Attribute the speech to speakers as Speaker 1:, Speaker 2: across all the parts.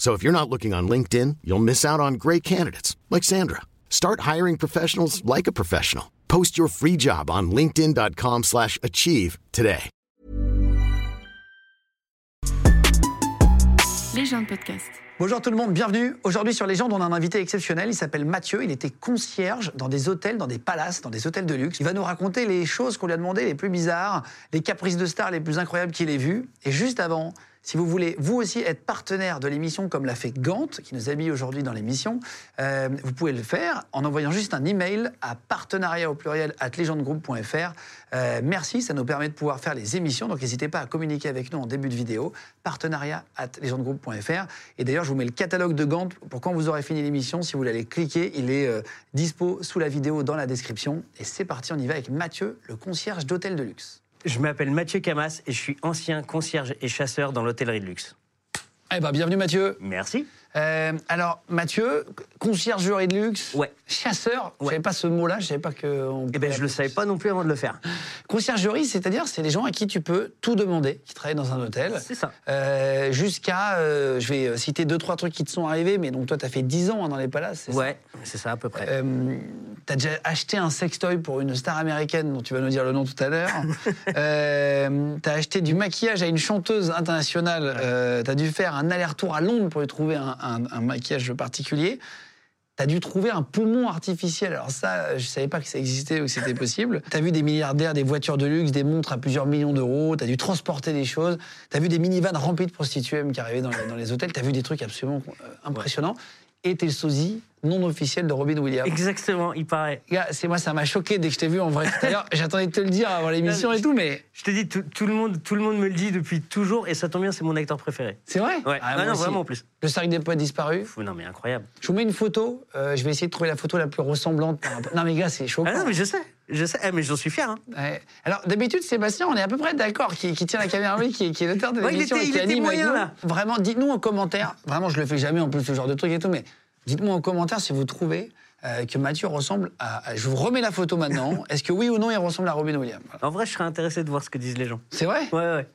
Speaker 1: So if you're not looking on LinkedIn, you'll miss out on great candidates like Sandra. Start hiring professionals like a professional. Post your free job on linkedin.com/achieve slash achieve today.
Speaker 2: Les gens de podcast.
Speaker 3: Bonjour tout le monde, bienvenue. Aujourd'hui sur Légende, on a un invité exceptionnel, il s'appelle Mathieu, il était concierge dans des hôtels, dans des palaces, dans des hôtels de luxe. Il va nous raconter les choses qu'on lui a demandées les plus bizarres, les caprices de stars les plus incroyables qu'il ait vues. Et juste avant, si vous voulez vous aussi être partenaire de l'émission comme l'a fait Gant, qui nous habille aujourd'hui dans l'émission, euh, vous pouvez le faire en envoyant juste un email à partenariat au pluriel at legendegroup.fr. Euh, merci, ça nous permet de pouvoir faire les émissions, donc n'hésitez pas à communiquer avec nous en début de vidéo, partenariat at legendegroup.fr. Et d'ailleurs, je vous mets le catalogue de Gant pour quand vous aurez fini l'émission, si vous voulez aller cliquer, il est euh, dispo sous la vidéo dans la description. Et c'est parti, on y va avec Mathieu, le concierge d'hôtel de luxe.
Speaker 4: Je m'appelle Mathieu Camas et je suis ancien concierge et chasseur dans l'hôtellerie de luxe.
Speaker 3: Eh ben, bienvenue Mathieu.
Speaker 4: Merci.
Speaker 3: Euh, alors, Mathieu, conciergerie de luxe,
Speaker 4: Ouais.
Speaker 3: chasseur, je
Speaker 4: Ouais.
Speaker 3: savais pas ce mot-là, je savais pas que. on
Speaker 4: Eh
Speaker 3: pouvait
Speaker 4: ben, je le
Speaker 3: appeler
Speaker 4: savais pas non plus avant de le faire.
Speaker 3: ça. Conciergerie, c'est-à-dire, c'est les gens à qui tu peux tout demander, qui travaillent dans un hôtel.
Speaker 4: C'est ça.
Speaker 3: Euh, Jusqu'à. euh, je vais citer deux, trois trucs qui te sont arrivés, mais donc toi, t'as fait 10 ans hein, dans les palaces, c'est ça
Speaker 4: Ouais, c'est ça à peu près.
Speaker 3: Euh, T'as déjà acheté un sextoy pour une star américaine dont tu vas nous dire le nom tout à l'heure. Euh, T'as acheté du maquillage à une chanteuse internationale. Euh, T'as dû faire un aller-retour à Londres pour lui trouver un, un- un maquillage particulier. T'as dû trouver un poumon artificiel. Alors ça, je savais pas que ça existait ou que c'était possible. T'as vu des milliardaires, des voitures de luxe, des montres à plusieurs millions d'euros. T'as dû transporter des choses. T'as vu des minivans remplis de prostituées même qui arrivaient dans les, dans les hôtels. T'as vu des trucs absolument euh, impressionnants. Et t'es le sosie non officiel de Robin Williams.
Speaker 4: Exactement, il paraît.
Speaker 3: Gars, c'est moi, ça m'a choqué dès que je t'ai vu en vrai. D'ailleurs, j'attendais de te le dire avant l'émission et tout, mais
Speaker 4: Je te dis, tout, tout le monde, tout le monde me le dit depuis toujours et ça tombe bien, c'est mon acteur préféré.
Speaker 3: c'est vrai
Speaker 4: Ouais,
Speaker 3: Ah,
Speaker 4: Ah
Speaker 3: moi
Speaker 4: non,
Speaker 3: aussi.
Speaker 4: vraiment en plus.
Speaker 3: Le cercle des poètes disparu.
Speaker 4: Fou, non mais incroyable.
Speaker 3: Je vous mets une photo. euh, je vais essayer de trouver la photo la plus ressemblante. par rapport- Non, mais gars, c'est choquant.
Speaker 4: Ah non, mais je sais, je sais, Eh, mais j'en suis fier. hein.
Speaker 3: Ouais. Alors, d'habitude, Sébastien, on est à peu près d'accord, qui, qui tient la caméra, oui, qui, qui est l'auteur de
Speaker 4: Ouais, il
Speaker 3: l'émission.
Speaker 4: était-
Speaker 3: et
Speaker 4: il
Speaker 3: qui
Speaker 4: était
Speaker 3: anime avec
Speaker 4: moyen,
Speaker 3: nous.
Speaker 4: là.
Speaker 3: Vraiment, dites-nous en commentaire. Vraiment, je le fais jamais en plus, ce genre de truc et tout, mais dites-moi en commentaire si vous trouvez euh, que Mathieu ressemble à. à- Je vous remets la photo maintenant. Est-ce que oui ou non, il ressemble à Robin Williams Voilà.
Speaker 4: En vrai, je serais intéressé de voir ce que disent les gens.
Speaker 3: C'est vrai
Speaker 4: Ouais, ouais.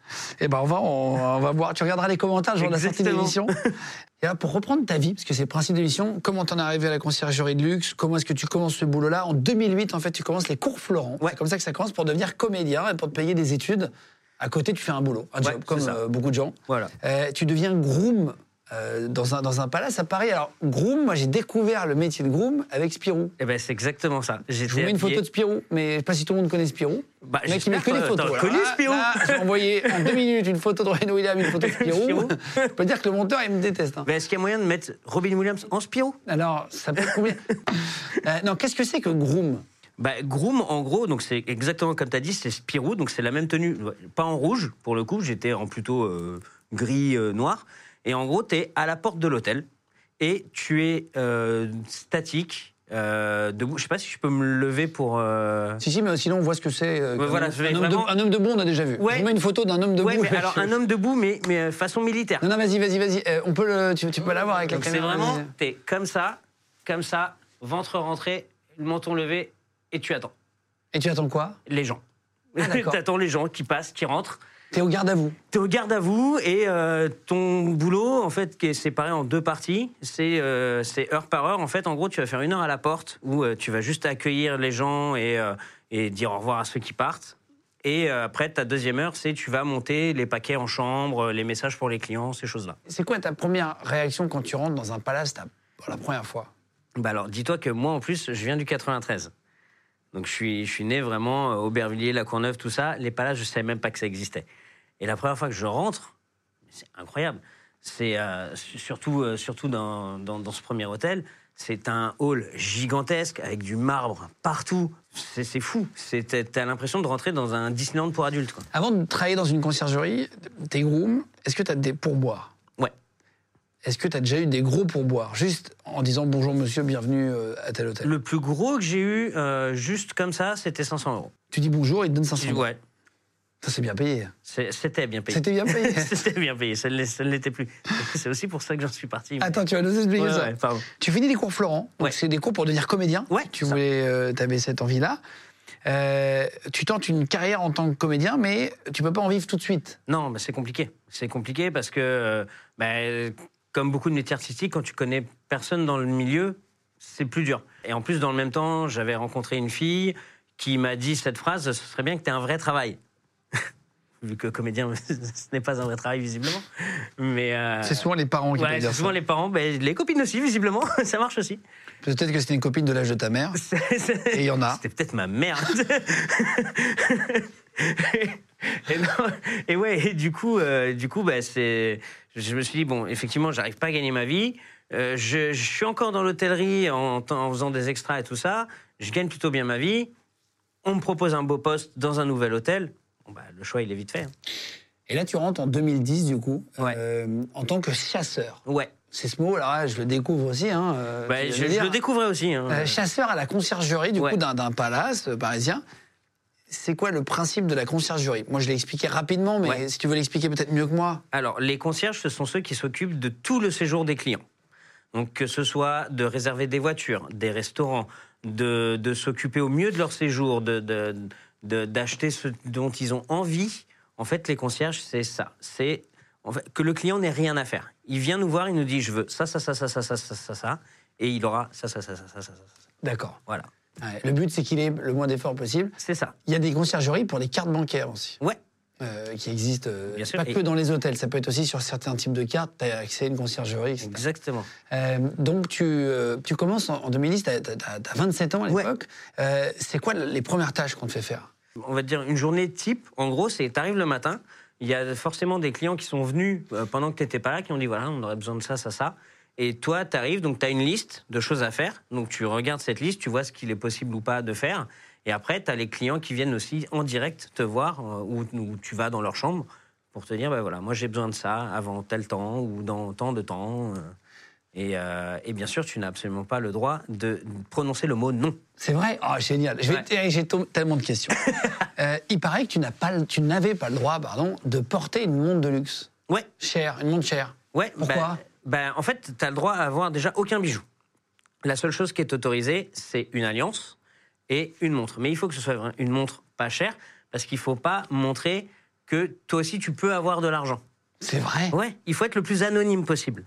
Speaker 3: Eh ben, on va, on, on va voir. Tu regarderas les commentaires le jour de la sortie de l'émission.
Speaker 4: Exactement.
Speaker 3: Et là, pour reprendre ta vie, parce que c'est le principe de l'émission, comment t'en es arrivé à la conciergerie de luxe Comment est-ce que tu commences ce boulot-là En 2008, en fait, tu commences les cours Florent.
Speaker 4: Ouais.
Speaker 3: C'est comme ça que ça commence pour devenir comédien et pour te payer des études. À côté, tu fais un boulot, un
Speaker 4: Ouais,
Speaker 3: job,
Speaker 4: c'est
Speaker 3: comme
Speaker 4: ça.
Speaker 3: euh, beaucoup de gens.
Speaker 4: Voilà.
Speaker 3: Euh, tu deviens groom euh, dans, un, dans un palace à Paris. Alors, groom, moi, j'ai découvert le métier de groom avec Spirou.
Speaker 4: Eh ben, c'est exactement ça. J'étais
Speaker 3: Je vous mets une
Speaker 4: habillé-
Speaker 3: photo de Spirou, mais je sais pas si tout le monde connaît Spirou.
Speaker 4: Bah,
Speaker 3: Le mec, il met
Speaker 4: j'espère
Speaker 3: que des
Speaker 4: pas.
Speaker 3: photos.
Speaker 4: T'as
Speaker 3: Alors
Speaker 4: connu
Speaker 3: là,
Speaker 4: Spirou
Speaker 3: là, j'ai envoyé en deux minutes une photo de Renaud Williams, une photo de Spirou.
Speaker 4: Spirou.
Speaker 3: Je peux dire que le monteur, il me déteste. hein.
Speaker 4: Mais Ben, Est-ce qu'il y a moyen de mettre Robin Williams en Spirou
Speaker 3: Alors, ça peut être combien Euh, Non, qu'est-ce que c'est que groom
Speaker 4: Bah, groom, en gros, donc c'est exactement comme tu as dit, c'est Spirou, donc c'est la même tenue, pas en rouge pour le coup, j'étais en plutôt euh, gris euh, noir. Et en gros, tu es à la porte de l'hôtel et tu es euh, statique, euh, debout. Je sais pas si je peux me lever pour. euh,
Speaker 3: Si, si, mais sinon, on voit ce que c'est. euh,
Speaker 4: Ouais,
Speaker 3: qu'un
Speaker 4: voilà,
Speaker 3: homme-
Speaker 4: je vais
Speaker 3: un, homme
Speaker 4: vraiment-
Speaker 3: de, un homme debout, on a déjà vu.
Speaker 4: Ouais.
Speaker 3: Je vous mets une photo d'un homme debout.
Speaker 4: Ouais, mais alors un homme debout, mais, mais euh, façon militaire.
Speaker 3: Non, non, vas-y, vas-y, vas-y. Euh, on peut le, tu, tu peux l'avoir avec la
Speaker 4: Donc c'est
Speaker 3: caméra.
Speaker 4: vraiment,
Speaker 3: vas-y.
Speaker 4: tu es comme ça, comme ça, ventre rentré, menton levé, et tu attends
Speaker 3: Et tu attends quoi
Speaker 4: les gens.
Speaker 3: Ah, d'accord.
Speaker 4: T'attends les gens qui passent, qui rentrent.
Speaker 3: T'es au garde à vous.
Speaker 4: T'es au garde à vous et euh, ton boulot, en fait, qui est séparé en deux parties, c'est euh, c'est heure par heure. En fait, en gros, tu vas faire une heure à la porte où euh, tu vas juste accueillir les gens et, euh, et dire au revoir à ceux qui partent. Et euh, après, ta deuxième heure, c'est tu vas monter les paquets en chambre, euh, les messages pour les clients, ces choses-là.
Speaker 3: C'est quoi ta première réaction quand tu rentres dans un palace ta- pour la première fois
Speaker 4: Bah alors, dis-toi que moi, en plus, je viens du 93. Donc, je suis, je suis né vraiment euh, Aubervilliers, La Courneuve, tout ça. Les palaces, je ne savais même pas que ça existait. Et la première fois que je rentre, c'est incroyable. C'est euh, su- surtout, euh, surtout dans, dans- dans ce premier hôtel, c'est un hall gigantesque avec du marbre partout. C'est c'est fou. C'est- t'as- T'as l'impression de rentrer dans un Disneyland pour adultes. Quoi.
Speaker 3: Avant de travailler dans une conciergerie, t'es groom, est-ce que t'as des pourboires
Speaker 4: Ouais.
Speaker 3: Est-ce que tu as déjà eu des gros pourboires Juste en disant bonjour monsieur, bienvenue euh, à tel hôtel.
Speaker 4: Le plus gros que j'ai eu, euh, juste comme ça, c'était 500 euros.
Speaker 3: Tu dis bonjour, il te donne 500 euros.
Speaker 4: Ouais,
Speaker 3: Ça, c'est bien payé.
Speaker 4: c'est- c'était bien payé.
Speaker 3: C'était bien payé.
Speaker 4: C'était bien payé, ça ne l'est- ça ne l'était plus. C'est aussi pour ça que j'en suis parti. mais-
Speaker 3: Attends, tu vas nous expliquer
Speaker 4: Ouais,
Speaker 3: Ah, ça.
Speaker 4: ouais, pardon.
Speaker 3: Tu finis les cours Florent, donc
Speaker 4: Ouais.
Speaker 3: c'est des cours pour devenir comédien.
Speaker 4: Ouais,
Speaker 3: tu
Speaker 4: ça.
Speaker 3: voulais, euh, t'avais cette envie-là. Euh, tu tentes une carrière en tant que comédien, mais tu peux pas en vivre tout de suite.
Speaker 4: Non, mais c'est compliqué. C'est compliqué parce que, euh, ben, comme beaucoup de métiers artistiques, quand tu connais personne dans le milieu, c'est plus dur. Et en plus, dans le même temps, j'avais rencontré une fille qui m'a dit cette phrase ce serait bien que tu aies un vrai travail. Vu que comédien, ce n'est pas un vrai travail, visiblement. Mais. euh,
Speaker 3: C'est souvent les parents qui
Speaker 4: ouais,
Speaker 3: peuvent
Speaker 4: c'est
Speaker 3: dire
Speaker 4: souvent
Speaker 3: ça.
Speaker 4: les parents, ben, les copines aussi, visiblement, ça marche aussi.
Speaker 3: Peut-être que c'était une copine de l'âge de ta mère.
Speaker 4: C'est- c'est-
Speaker 3: Et il y en a.
Speaker 4: C'était peut-être ma merde. et, non, et ouais, et du coup, euh, du coup, bah, c'est. Je me suis dit bon, effectivement, j'arrive pas à gagner ma vie. Euh, je, je suis encore dans l'hôtellerie en, t- en faisant des extras et tout ça. Je gagne plutôt bien ma vie. On me propose un beau poste dans un nouvel hôtel. Bon, bah, le choix, il est vite fait. hein.
Speaker 3: Et là, tu rentres en 2010, du coup,
Speaker 4: Ouais.
Speaker 3: euh, en tant que chasseur.
Speaker 4: Ouais.
Speaker 3: C'est ce mot, là, je le découvre aussi. Hein, euh,
Speaker 4: Bah,
Speaker 3: tu viens de
Speaker 4: je, je
Speaker 3: dire.
Speaker 4: le découvrais aussi. hein.
Speaker 3: Euh, chasseur à la conciergerie du
Speaker 4: Ouais.
Speaker 3: coup d'un d'un palace euh, parisien. C'est quoi le principe de la conciergerie Moi, je l'ai expliqué rapidement, mais
Speaker 4: Ouais.
Speaker 3: si tu veux l'expliquer peut-être mieux que moi.
Speaker 4: Alors, les concierges, ce sont ceux qui s'occupent de tout le séjour des clients. Donc, que ce soit de réserver des voitures, des restaurants, de, de s'occuper au mieux de leur séjour, de- de- de- d'acheter ce dont ils ont envie. En fait, les concierges, c'est ça. C'est en fait, que le client n'ait rien à faire. Il vient nous voir, il nous dit je veux ça, ça, ça, ça, ça, ça, ça, ça, ça, et il aura ça, ça, ça, ça, ça, ça, ça. ça.
Speaker 3: D'accord.
Speaker 4: Voilà.
Speaker 3: Ouais, Le but, c'est qu'il ait le moins d'efforts possible.
Speaker 4: C'est ça.
Speaker 3: Il y a des conciergeries pour les cartes bancaires aussi,
Speaker 4: Ouais.
Speaker 3: euh, qui existent euh,
Speaker 4: Bien sûr,
Speaker 3: pas
Speaker 4: et-
Speaker 3: que dans les hôtels. Ça peut être aussi sur certains types de cartes. Tu as accès à une conciergerie, etc.
Speaker 4: Exactement.
Speaker 3: Euh, donc, tu, euh, tu commences en, en 2010, tu as, 27 ans à
Speaker 4: Ouais.
Speaker 3: l'époque. Euh, c'est quoi les premières tâches qu'on te fait faire
Speaker 4: on va dire une journée type, en gros, c'est t'arrives le matin, il y a forcément des clients qui sont venus euh, pendant que t'étais pas là, qui ont dit voilà, on aurait besoin de ça, ça, ça. Et toi, t'arrives, donc t'as une liste de choses à faire. Donc tu regardes cette liste, tu vois ce qu'il est possible ou pas de faire. Et après, t'as les clients qui viennent aussi en direct te voir, euh, ou, ou tu vas dans leur chambre pour te dire bah voilà, moi j'ai besoin de ça avant tel temps ou dans tant de temps. euh. Et, euh, et bien sûr, tu n'as absolument pas le droit de prononcer le mot non.
Speaker 3: C'est vrai Oh, génial. Je vais- eh, J'ai to- tellement de questions. Euh, il paraît que tu n'as pas le- tu n'avais pas, le droit pardon, de porter une montre de luxe.
Speaker 4: Ouais,
Speaker 3: Chère, une montre chère.
Speaker 4: Ouais,
Speaker 3: Pourquoi
Speaker 4: ben- ben, En fait, tu as le droit à avoir déjà aucun bijou. La seule chose qui est autorisée, c'est une alliance et une montre. Mais il faut que ce soit une montre pas chère, parce qu'il faut pas montrer que toi aussi tu peux avoir de l'argent.
Speaker 3: C'est vrai
Speaker 4: Ouais, il faut être le plus anonyme possible.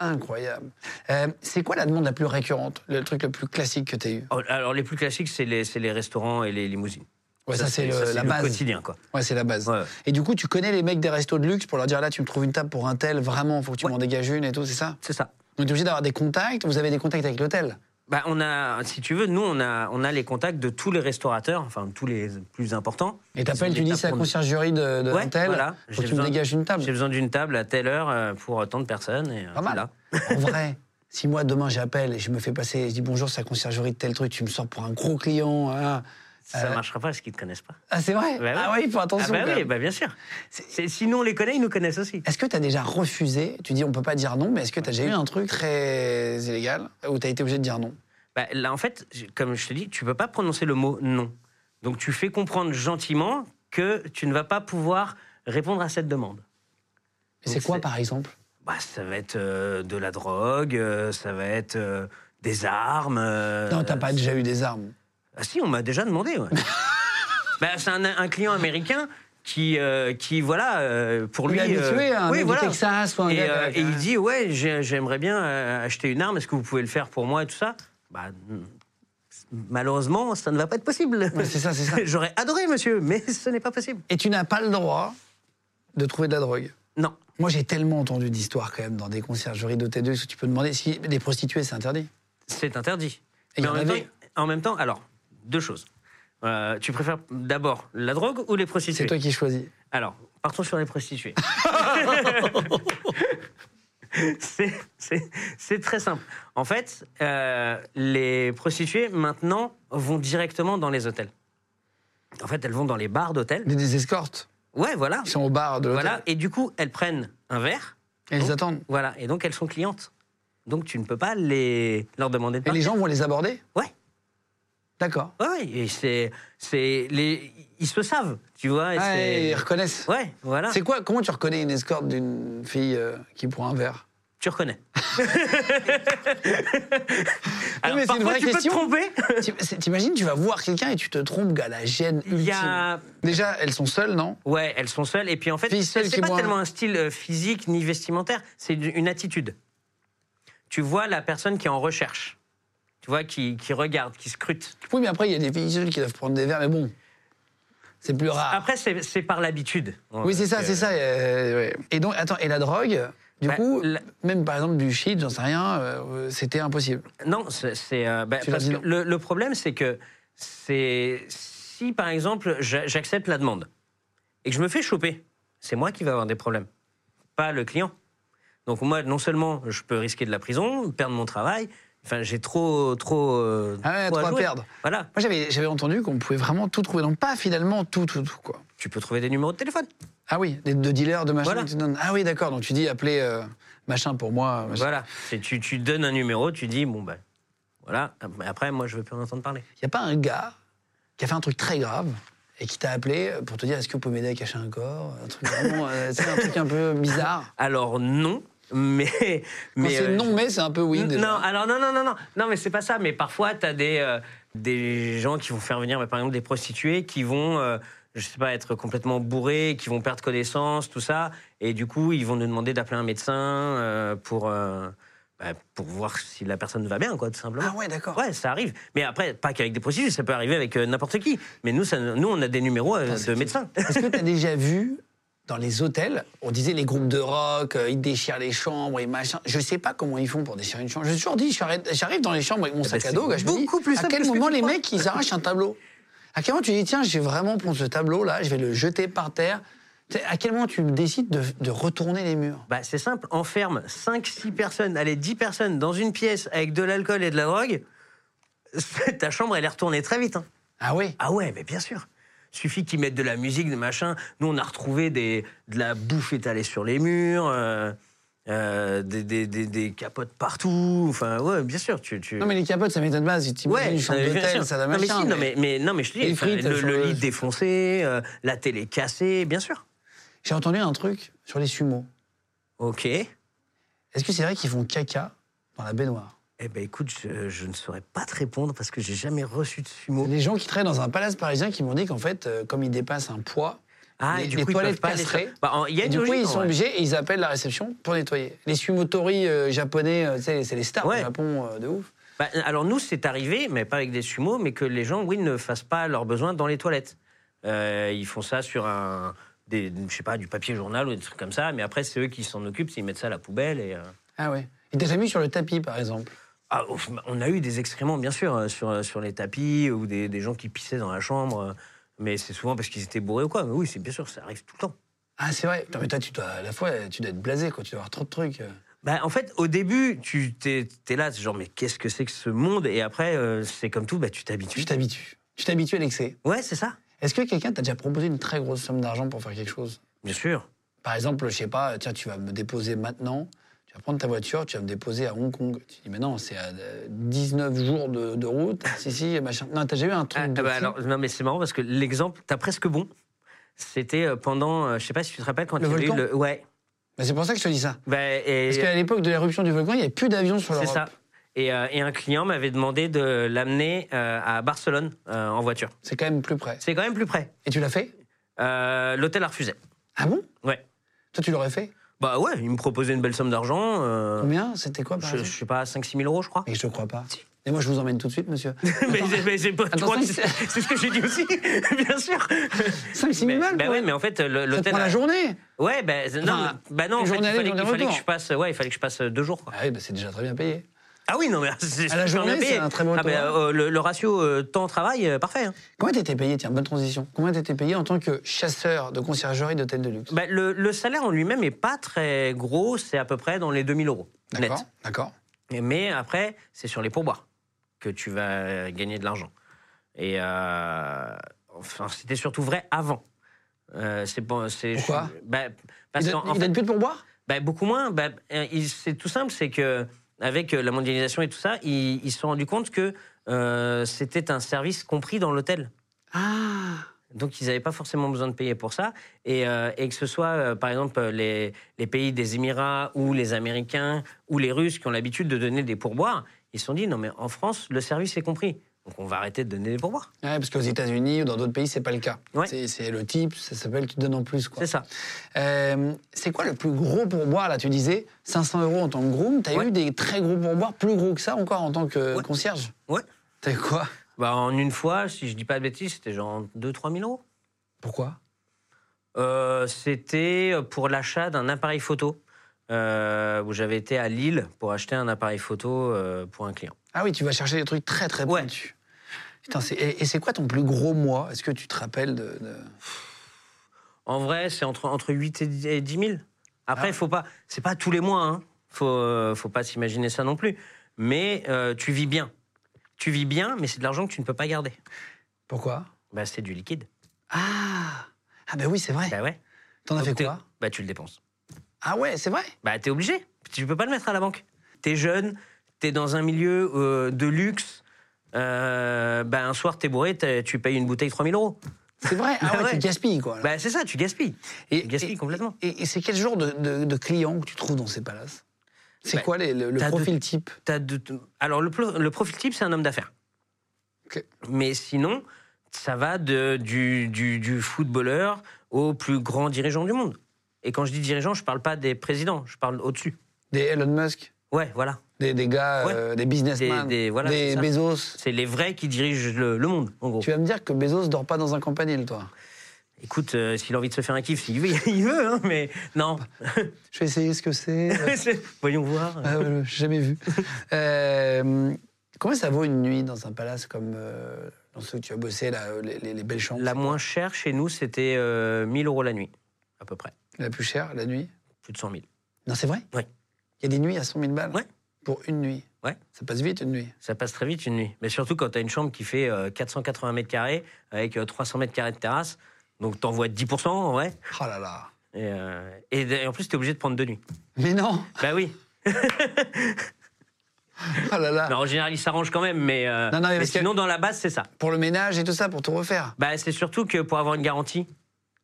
Speaker 3: Incroyable. Euh, c'est quoi la demande la plus récurrente Le truc le plus classique que tu as eu
Speaker 4: Oh, Alors, les plus classiques, c'est les, c'est les restaurants et les limousines.
Speaker 3: Ouais, ça, c'est le- la
Speaker 4: le
Speaker 3: base.
Speaker 4: quotidien, quoi.
Speaker 3: Ouais, c'est la base.
Speaker 4: Ouais.
Speaker 3: Et du coup, tu connais les mecs des restos de luxe pour leur dire là, tu me trouves une table pour un tel, vraiment, faut que tu
Speaker 4: Ouais.
Speaker 3: m'en dégages une et tout, c'est ça
Speaker 4: C'est ça.
Speaker 3: Donc, tu es obligé d'avoir des contacts, vous avez des contacts avec l'hôtel
Speaker 4: Bah, on a, si tu veux, nous, on a, on a les contacts de tous les restaurateurs, enfin, tous les plus importants.
Speaker 3: Et
Speaker 4: Ils
Speaker 3: t'appelles,
Speaker 4: ont
Speaker 3: tu dis
Speaker 4: des tables
Speaker 3: c'est la
Speaker 4: pour nous.
Speaker 3: conciergerie de, de
Speaker 4: Ouais,
Speaker 3: l'hôtel,
Speaker 4: voilà.
Speaker 3: Euh, faut que
Speaker 4: J'ai
Speaker 3: tu me
Speaker 4: besoin-
Speaker 3: dégages une table.
Speaker 4: J'ai besoin d'une table à telle heure euh, pour euh, tant de personnes. Et, euh,
Speaker 3: Pas mal.
Speaker 4: voilà.
Speaker 3: En vrai, si moi demain j'appelle et je me fais passer, je dis bonjour, c'est la conciergerie de tel truc, tu me sors pour un gros client. hein.
Speaker 4: Ça
Speaker 3: Euh,
Speaker 4: marchera pas parce qu'ils ne te connaissent pas.
Speaker 3: Ah, c'est vrai
Speaker 4: Bah oui.
Speaker 3: Ah oui, il faut attention.
Speaker 4: ah
Speaker 3: quand
Speaker 4: bah oui,
Speaker 3: même.
Speaker 4: bah bien sûr. C'est- Sinon, on les connaît, ils nous connaissent aussi.
Speaker 3: Est-ce que tu as déjà refusé Tu dis on peut pas dire non, mais est-ce que tu as déjà eu un truc très illégal où tu as été obligé de dire non
Speaker 4: Bah, là, en fait, j- comme je te dis, tu peux pas prononcer le mot non. Donc, tu fais comprendre gentiment que tu ne vas pas pouvoir répondre à cette demande.
Speaker 3: Et C'est
Speaker 4: Donc,
Speaker 3: quoi
Speaker 4: c'est-
Speaker 3: par exemple
Speaker 4: Bah, ça va être euh, de la drogue, euh, ça va être euh, des armes. euh,
Speaker 3: Non, t'as pas déjà eu des armes.
Speaker 4: Ah si, on m'a déjà demandé. ouais. Bah, c'est un, un client américain qui, euh, qui voilà, euh, pour
Speaker 3: Il
Speaker 4: lui.
Speaker 3: est habitué à un mec du Texas ou un
Speaker 4: et,
Speaker 3: gars de-
Speaker 4: euh, et il dit ouais, j'ai- j'aimerais bien euh, acheter une arme. Est-ce que vous pouvez le faire pour moi et tout ça Bah n- malheureusement, ça ne va pas être possible.
Speaker 3: Ouais, c'est ça, c'est ça.
Speaker 4: J'aurais adoré, monsieur, mais ce n'est pas possible.
Speaker 3: Et tu n'as pas le droit de trouver de la drogue.
Speaker 4: Non.
Speaker 3: Moi, j'ai tellement entendu d'histoires quand même dans des conciergeries d'hôtel de luxe où tu peux demander si des prostituées, c'est interdit.
Speaker 4: C'est interdit.
Speaker 3: Et il y
Speaker 4: en,
Speaker 3: en
Speaker 4: même temps,
Speaker 3: avait.
Speaker 4: en même temps, alors, deux choses. Euh, tu préfères d'abord la drogue ou les
Speaker 3: C'est
Speaker 4: prostituées
Speaker 3: toi qui choisis.
Speaker 4: Alors, partons sur les prostituées. C'est- c'est c'est très simple. En fait, euh, les prostituées, maintenant, vont directement dans les hôtels. En fait, elles vont dans les bars d'hôtels.
Speaker 3: Mais des escortes
Speaker 4: Ouais, voilà.
Speaker 3: qui sont au bar de l'hôtel.
Speaker 4: Voilà. Et du coup, elles prennent un verre,
Speaker 3: Elles
Speaker 4: Donc,
Speaker 3: attendent.
Speaker 4: Voilà, et donc elles sont clientes. Donc tu ne peux pas les... leur demander de
Speaker 3: Et les
Speaker 4: partir.
Speaker 3: gens vont les aborder
Speaker 4: hein Ouais.
Speaker 3: D'accord.
Speaker 4: Ouais, ouais, et c'est, c'est les, ils se le savent, tu vois. et
Speaker 3: Ah,
Speaker 4: c'est-
Speaker 3: et ils reconnaissent.
Speaker 4: ouais, voilà.
Speaker 3: C'est quoi Comment tu reconnais une escorte d'une fille euh, qui prend un verre
Speaker 4: Tu reconnais. Alors,
Speaker 3: mais c'est une
Speaker 4: parfois,
Speaker 3: vraie
Speaker 4: tu
Speaker 3: question.
Speaker 4: peux te tromper.
Speaker 3: T'im- c'est- T'imagines, tu vas voir quelqu'un et tu te trompes, gars, la gêne ultime.
Speaker 4: Il y a,
Speaker 3: Déjà, elles sont seules, non
Speaker 4: ouais, elles sont seules. Et puis en fait,
Speaker 3: Fille seule
Speaker 4: c'est
Speaker 3: qui
Speaker 4: pas
Speaker 3: boit.
Speaker 4: tellement un style euh, physique ni vestimentaire, c'est du- une attitude. Tu vois la personne qui est en recherche, tu vois, qui, qui regarde, qui scrute.
Speaker 3: Oui, mais après, il y a des filles seules qui doivent prendre des verres, mais bon, c'est plus rare.
Speaker 4: Après, c'est, c'est par l'habitude.
Speaker 3: oui, c'est ça,
Speaker 4: Donc,
Speaker 3: c'est ça. euh, ouais. Et donc, attends, et la drogue du
Speaker 4: Bah,
Speaker 3: coup,
Speaker 4: la-
Speaker 3: même par exemple du shit, j'en sais rien, euh, c'était impossible.
Speaker 4: Non, c'est. c'est, euh, bah,
Speaker 3: Tu leur
Speaker 4: parce
Speaker 3: dis
Speaker 4: que
Speaker 3: non.
Speaker 4: le, le problème, c'est que c'est si, par exemple, j'a- j'accepte la demande et que je me fais choper, c'est moi qui vais avoir des problèmes, pas le client. Donc, moi, non seulement je peux risquer de la prison, perdre mon travail, enfin, j'ai trop. trop euh,
Speaker 3: Ah ouais, trop à
Speaker 4: jouer.
Speaker 3: perdre.
Speaker 4: Voilà.
Speaker 3: Moi, j'avais j'avais entendu qu'on pouvait vraiment tout trouver, donc pas finalement tout, tout, tout, quoi.
Speaker 4: Tu peux trouver des numéros de téléphone.
Speaker 3: Ah oui, des, de dealers, de machin.
Speaker 4: Voilà.
Speaker 3: tu donnes- Ah oui, d'accord, donc tu dis appeler euh, machin pour moi. machin.
Speaker 4: Voilà. C'est- Tu, tu donnes un numéro, tu dis, bon, ben. Voilà. Après, moi, je veux plus en entendre parler.
Speaker 3: Il n'y a pas un gars qui a fait un truc très grave et qui t'a appelé euh, pour te dire est-ce que vous pouvez m'aider à cacher un corps Un truc vraiment, euh, c'est un truc un peu bizarre.
Speaker 4: Alors, non, mais.
Speaker 3: Quand
Speaker 4: mais
Speaker 3: c'est
Speaker 4: euh,
Speaker 3: non mais c'est un peu oui.
Speaker 4: N-
Speaker 3: déjà.
Speaker 4: Non, alors non, non, non, non, non, mais c'est pas ça. Mais parfois, t'as des euh, des gens qui vont faire venir, bah, par exemple, des prostituées qui vont, euh, je sais pas, être complètement bourrées, qui vont perdre connaissance, tout ça, et du coup, ils vont nous demander d'appeler un médecin euh, pour euh, bah, pour voir si la personne va bien, quoi, tout simplement.
Speaker 3: Ah ouais, d'accord.
Speaker 4: Ouais, ça arrive. Mais après, pas qu'avec des prostituées, ça peut arriver avec euh, n'importe qui. Mais nous, ça, nous, on a des numéros
Speaker 3: Ah,
Speaker 4: euh, de médecins.
Speaker 3: Est-ce que tu as déjà vu dans les hôtels, on disait les groupes de rock, euh, ils déchirent les chambres et machin. Je sais pas comment ils font pour déchirer une chambre. J'ai toujours dit, j'arrive j'arrive dans les chambres avec mon sac à
Speaker 4: Eh ben, c'est
Speaker 3: dos, gars, je me dis,
Speaker 4: beaucoup plus
Speaker 3: à
Speaker 4: simple
Speaker 3: quel
Speaker 4: que ce que
Speaker 3: moment
Speaker 4: tu
Speaker 3: les
Speaker 4: crois.
Speaker 3: mecs ils arrachent un tableau À quel moment tu dis tiens, j'ai vraiment prendre ce tableau là, je vais le jeter par terre. Tu sais, À quel moment tu décides de, de retourner les murs
Speaker 4: Bah, c'est simple, enferme 5-6 personnes, allez, 10 personnes dans une pièce avec de l'alcool et de la drogue, ta chambre, elle est retournée très vite. hein.
Speaker 3: Ah oui.
Speaker 4: Ah ouais, mais bien sûr. Suffit qu'ils mettent de la musique, des machins. Nous, on a retrouvé des, de la bouffe étalée sur les murs, euh, euh, des, des- des- des capotes partout. Enfin, ouais, bien sûr. Tu, tu...
Speaker 3: Non mais les capotes ça m'étonne pas, si tu
Speaker 4: Ouais,
Speaker 3: une chambre
Speaker 4: euh, bien
Speaker 3: d'hôtel,
Speaker 4: sûr.
Speaker 3: ça doit
Speaker 4: non, mais
Speaker 3: machin.
Speaker 4: si, non,
Speaker 3: mais-
Speaker 4: mais, mais- non, mais je te dis,
Speaker 3: Les frites,
Speaker 4: le,
Speaker 3: sur
Speaker 4: le
Speaker 3: le-
Speaker 4: lit défoncé, euh, la télé cassée, bien sûr.
Speaker 3: J'ai entendu un truc sur les sumo.
Speaker 4: Ok. Eh
Speaker 3: Est-ce que c'est vrai qu'ils font caca dans la baignoire
Speaker 4: ben écoute, je, je ne saurais pas te répondre parce que j'ai jamais reçu de sumo.
Speaker 3: Les gens qui travaillent dans un palace parisien qui m'ont dit qu'en fait, euh, comme ils dépassent un poids,
Speaker 4: Ah,
Speaker 3: les,
Speaker 4: et du
Speaker 3: les
Speaker 4: coup, ils
Speaker 3: toilettes
Speaker 4: peuvent pas aller
Speaker 3: casserées.
Speaker 4: sur- Bah, en- il y a
Speaker 3: et
Speaker 4: une
Speaker 3: du coup,
Speaker 4: logique,
Speaker 3: ils
Speaker 4: en
Speaker 3: sont
Speaker 4: vrai.
Speaker 3: obligés et ils appellent la réception pour nettoyer. Les sumotori euh, japonais, euh, tu sais, c'est les stars
Speaker 4: Ouais.
Speaker 3: au Japon euh, de ouf.
Speaker 4: Bah, alors nous, c'est arrivé, mais pas avec des sumos, mais que les gens, oui, ne fassent pas leurs besoins dans les toilettes. Euh, ils font ça sur un, des, je sais pas, du papier journal ou des trucs comme ça, mais après, c'est eux qui s'en occupent, ils mettent ça à la poubelle et. euh,
Speaker 3: Ah ouais. Ils t'ont mis sur le tapis, par exemple.
Speaker 4: Ah, ouf, on a eu des excréments, bien sûr, euh, sur, euh, sur les tapis ou des, des gens qui pissaient dans la chambre, euh, mais c'est souvent parce qu'ils étaient bourrés ou quoi. Mais oui, c'est bien sûr, ça arrive tout le temps.
Speaker 3: Ah, c'est vrai. Non, mais toi, tu dois, à la fois, tu dois être blasé, quoi. Tu dois avoir trop de trucs. euh.
Speaker 4: Bah, en fait, au début, tu t'es t'es là, c'est genre, mais qu'est-ce que c'est que ce monde Et après, euh, c'est comme tout, bah, tu
Speaker 3: Tu
Speaker 4: t'habitues.
Speaker 3: t'habitues. Tu t'habitues à l'excès.
Speaker 4: Ouais, c'est ça.
Speaker 3: Est-ce que quelqu'un t'a déjà proposé une très grosse somme d'argent pour faire quelque chose
Speaker 4: Bien sûr.
Speaker 3: Par exemple, je sais pas, tiens, tu vas me déposer maintenant. Tu vas prendre ta voiture, tu vas me déposer à Hong Kong. Tu dis, mais non, c'est à euh, 19 jours de, de route. si, si, machin. Non, t'as déjà eu un truc.
Speaker 4: Ah,
Speaker 3: de
Speaker 4: bah
Speaker 3: fou
Speaker 4: alors, non, mais c'est marrant parce que l'exemple, t'as presque bon. C'était euh, pendant, euh, je sais pas si tu te rappelles quand
Speaker 3: Le
Speaker 4: il y avait eu
Speaker 3: volcan
Speaker 4: le. Ouais.
Speaker 3: Mais c'est pour ça que je te dis ça.
Speaker 4: Bah, et-
Speaker 3: Parce qu'à l'époque de l'éruption du volcan, il n'y avait plus d'avions sur
Speaker 4: c'est
Speaker 3: l'Europe.
Speaker 4: ça. Et, euh, et un client m'avait demandé de l'amener euh, à Barcelone euh, en voiture.
Speaker 3: C'est quand même plus près.
Speaker 4: C'est quand même plus près.
Speaker 3: Et tu l'as fait
Speaker 4: Euh, L'hôtel a refusé.
Speaker 3: Ah bon
Speaker 4: Ouais.
Speaker 3: Toi, tu l'aurais fait
Speaker 4: Bah ouais, il me proposait une belle somme d'argent. euh,
Speaker 3: Combien C'était quoi par
Speaker 4: je, je
Speaker 3: exemple
Speaker 4: sais pas, 5-6 000 euros, je crois.
Speaker 3: Mais je te crois pas. Et moi, je vous emmène tout de suite, monsieur.
Speaker 4: mais c'est- mais c'est pas. tu
Speaker 3: Attends,
Speaker 4: crois que
Speaker 3: cinq-
Speaker 4: c'est c'est ce que j'ai dit aussi, bien sûr.
Speaker 3: 5-6
Speaker 4: Mais,
Speaker 3: 000 balles
Speaker 4: bah
Speaker 3: quoi.
Speaker 4: ouais, mais en fait, le-
Speaker 3: Ça te
Speaker 4: l'hôtel.
Speaker 3: prend la
Speaker 4: a-
Speaker 3: journée
Speaker 4: Ouais, ben non,
Speaker 3: Enfin,
Speaker 4: bah non,
Speaker 3: une
Speaker 4: en fait, il
Speaker 3: journée aller,
Speaker 4: fallait,
Speaker 3: journée
Speaker 4: il fallait que
Speaker 3: retour.
Speaker 4: je passe, ouais, il fallait que je passe euh, deux jours. quoi.
Speaker 3: Ah oui, bah, c'est déjà très bien payé.
Speaker 4: Ah oui, non, mais c'est
Speaker 3: À la
Speaker 4: super
Speaker 3: journée,
Speaker 4: bien payé.
Speaker 3: c'est un très bon
Speaker 4: Ah, mais,
Speaker 3: taux,
Speaker 4: euh, le, le ratio euh, temps-travail, euh, parfait. hein.
Speaker 3: Combien t'étais payé Tiens, bonne transition. Combien t'étais payé en tant que chasseur de conciergerie d'hôtel de luxe
Speaker 4: Bah, le, le salaire en lui-même n'est pas très gros, c'est à peu près dans les 2000 euros Bah, net.
Speaker 3: D'accord, d'accord.
Speaker 4: Et- Mais après, c'est sur les pourboires que tu vas gagner de l'argent. Et euh, enfin, c'était surtout vrai avant. Euh, c'est bon, c'est-
Speaker 3: Pourquoi
Speaker 4: je- bah,
Speaker 3: Il
Speaker 4: parce
Speaker 3: donne
Speaker 4: qu'en en
Speaker 3: il
Speaker 4: fait,
Speaker 3: donne plus de pourboire
Speaker 4: Bah, beaucoup moins. Bah, euh, il- c'est tout simple, c'est que avec euh, la mondialisation et tout ça, ils ils se sont rendus compte que euh, c'était un service compris dans l'hôtel.
Speaker 3: Ah
Speaker 4: Donc ils n'avaient pas forcément besoin de payer pour ça. Et, euh, et que ce soit, euh, par exemple, euh, les, les pays des Émirats ou les Américains ou les Russes qui ont l'habitude de donner des pourboires, ils se sont dit, non mais en France, le service est compris. Donc on va arrêter de donner des pourboires.
Speaker 3: Ouais, parce qu'aux États-Unis ou dans d'autres pays, c'est pas le cas.
Speaker 4: Ouais.
Speaker 3: C'est- C'est le type, ça s'appelle qui te donne en plus. quoi.
Speaker 4: C'est ça.
Speaker 3: Euh, c'est quoi le plus gros pourboire là Tu disais 500 euros en tant que groom. T'as
Speaker 4: Ouais.
Speaker 3: eu des très gros pourboires, plus gros que ça encore en tant que
Speaker 4: Ouais.
Speaker 3: concierge
Speaker 4: Ouais.
Speaker 3: T'as eu quoi
Speaker 4: Bah, en une fois, si je dis pas de bêtises, c'était genre 2-3 000 euros.
Speaker 3: Pourquoi
Speaker 4: Euh, C'était pour l'achat d'un appareil photo. euh, où j'avais été à Lille pour acheter un appareil photo euh, pour un client.
Speaker 3: Ah oui, tu vas chercher des trucs très très
Speaker 4: Ouais.
Speaker 3: pointus. Putain, c'est- et, et c'est quoi ton plus gros mois Est-ce que tu te rappelles de. de-
Speaker 4: En vrai, c'est entre, entre 8 et 10 et 10 000. Après,
Speaker 3: Ah.
Speaker 4: faut pas, c'est pas tous les mois. Hein. Faut, euh, faut pas s'imaginer ça non plus. Mais euh, tu vis bien. Tu vis bien, mais c'est de l'argent que tu ne peux pas garder.
Speaker 3: Pourquoi
Speaker 4: Bah, c'est du liquide.
Speaker 3: Ah Ah ben oui, c'est vrai.
Speaker 4: Bah ouais.
Speaker 3: T'en as fait
Speaker 4: Donc, t'es-
Speaker 3: quoi
Speaker 4: Bah, tu le dépenses.
Speaker 3: Ah ouais, c'est vrai
Speaker 4: Bah, t'es obligé. Tu peux pas le mettre à la banque. T'es jeune, t'es dans un milieu euh, de luxe. Euh, bah, un soir, t'es bourré, t'as- tu payes une bouteille 3000 euros.
Speaker 3: C'est vrai Ah
Speaker 4: Bah
Speaker 3: ouais,
Speaker 4: ouais.
Speaker 3: tu gaspilles quoi. là.
Speaker 4: Bah, c'est ça, tu gaspilles. tu gaspilles
Speaker 3: et-
Speaker 4: complètement.
Speaker 3: Et, et c'est quel genre de, de- de clients que tu trouves dans ces palaces C'est
Speaker 4: Bah,
Speaker 3: quoi les- le, le
Speaker 4: t'as de-
Speaker 3: profil type
Speaker 4: T'as de- t- Alors, le, plo- le profil type, c'est un homme d'affaires.
Speaker 3: Ok.
Speaker 4: Mais sinon, ça va de, du, du- du footballeur au plus grand dirigeant du monde. Et quand je dis dirigeant, je parle pas des présidents, je parle au-dessus.
Speaker 3: Des Elon Musk
Speaker 4: Ouais, voilà.
Speaker 3: Des, des gars,
Speaker 4: Ouais.
Speaker 3: euh, des businessmen
Speaker 4: Des- des- voilà, c'est ça.
Speaker 3: Bezos
Speaker 4: C'est les vrais qui dirigent le, le monde, en gros.
Speaker 3: Tu vas me dire que Bezos dort pas dans un campanile, toi
Speaker 4: Écoute, euh, s'il a envie de se faire un kiff, s'il veut, il veut, hein, mais non.
Speaker 3: Je vais essayer ce que c'est. euh,
Speaker 4: C'est- Voyons voir.
Speaker 3: ah, ouais, j'ai jamais vu. Euh, combien ça vaut une nuit dans un palace comme euh, dans ceux que tu as bossé, là, euh, les, les- les belles chambres
Speaker 4: La moins chère chez nous, c'était euh, 1000 euros la nuit, à peu près.
Speaker 3: La plus chère, la nuit
Speaker 4: Plus de 100 000.
Speaker 3: Non, c'est vrai
Speaker 4: Ouais.
Speaker 3: Il y a des nuits à 100 000 balles
Speaker 4: Ouais.
Speaker 3: Pour une nuit
Speaker 4: Ouais.
Speaker 3: Ça passe vite, une nuit
Speaker 4: Ça passe très vite une nuit. Mais surtout quand tu as une chambre qui fait euh, 480 mètres carrés avec euh, 300 mètres carrés de terrasse. Donc t'envoies 10% en vrai.
Speaker 3: Oh là là
Speaker 4: Et, euh, et d- et en plus, t'es obligé de prendre deux nuits.
Speaker 3: Mais non
Speaker 4: Bah oui.
Speaker 3: Oh là là
Speaker 4: Alors, en général, ils s'arrangent quand même. Mais, euh,
Speaker 3: Non, non, mais
Speaker 4: mais
Speaker 3: parce que-
Speaker 4: sinon, dans la base, c'est ça.
Speaker 3: Pour le ménage et tout ça, pour tout refaire.
Speaker 4: Bah, c'est surtout que pour avoir une garantie,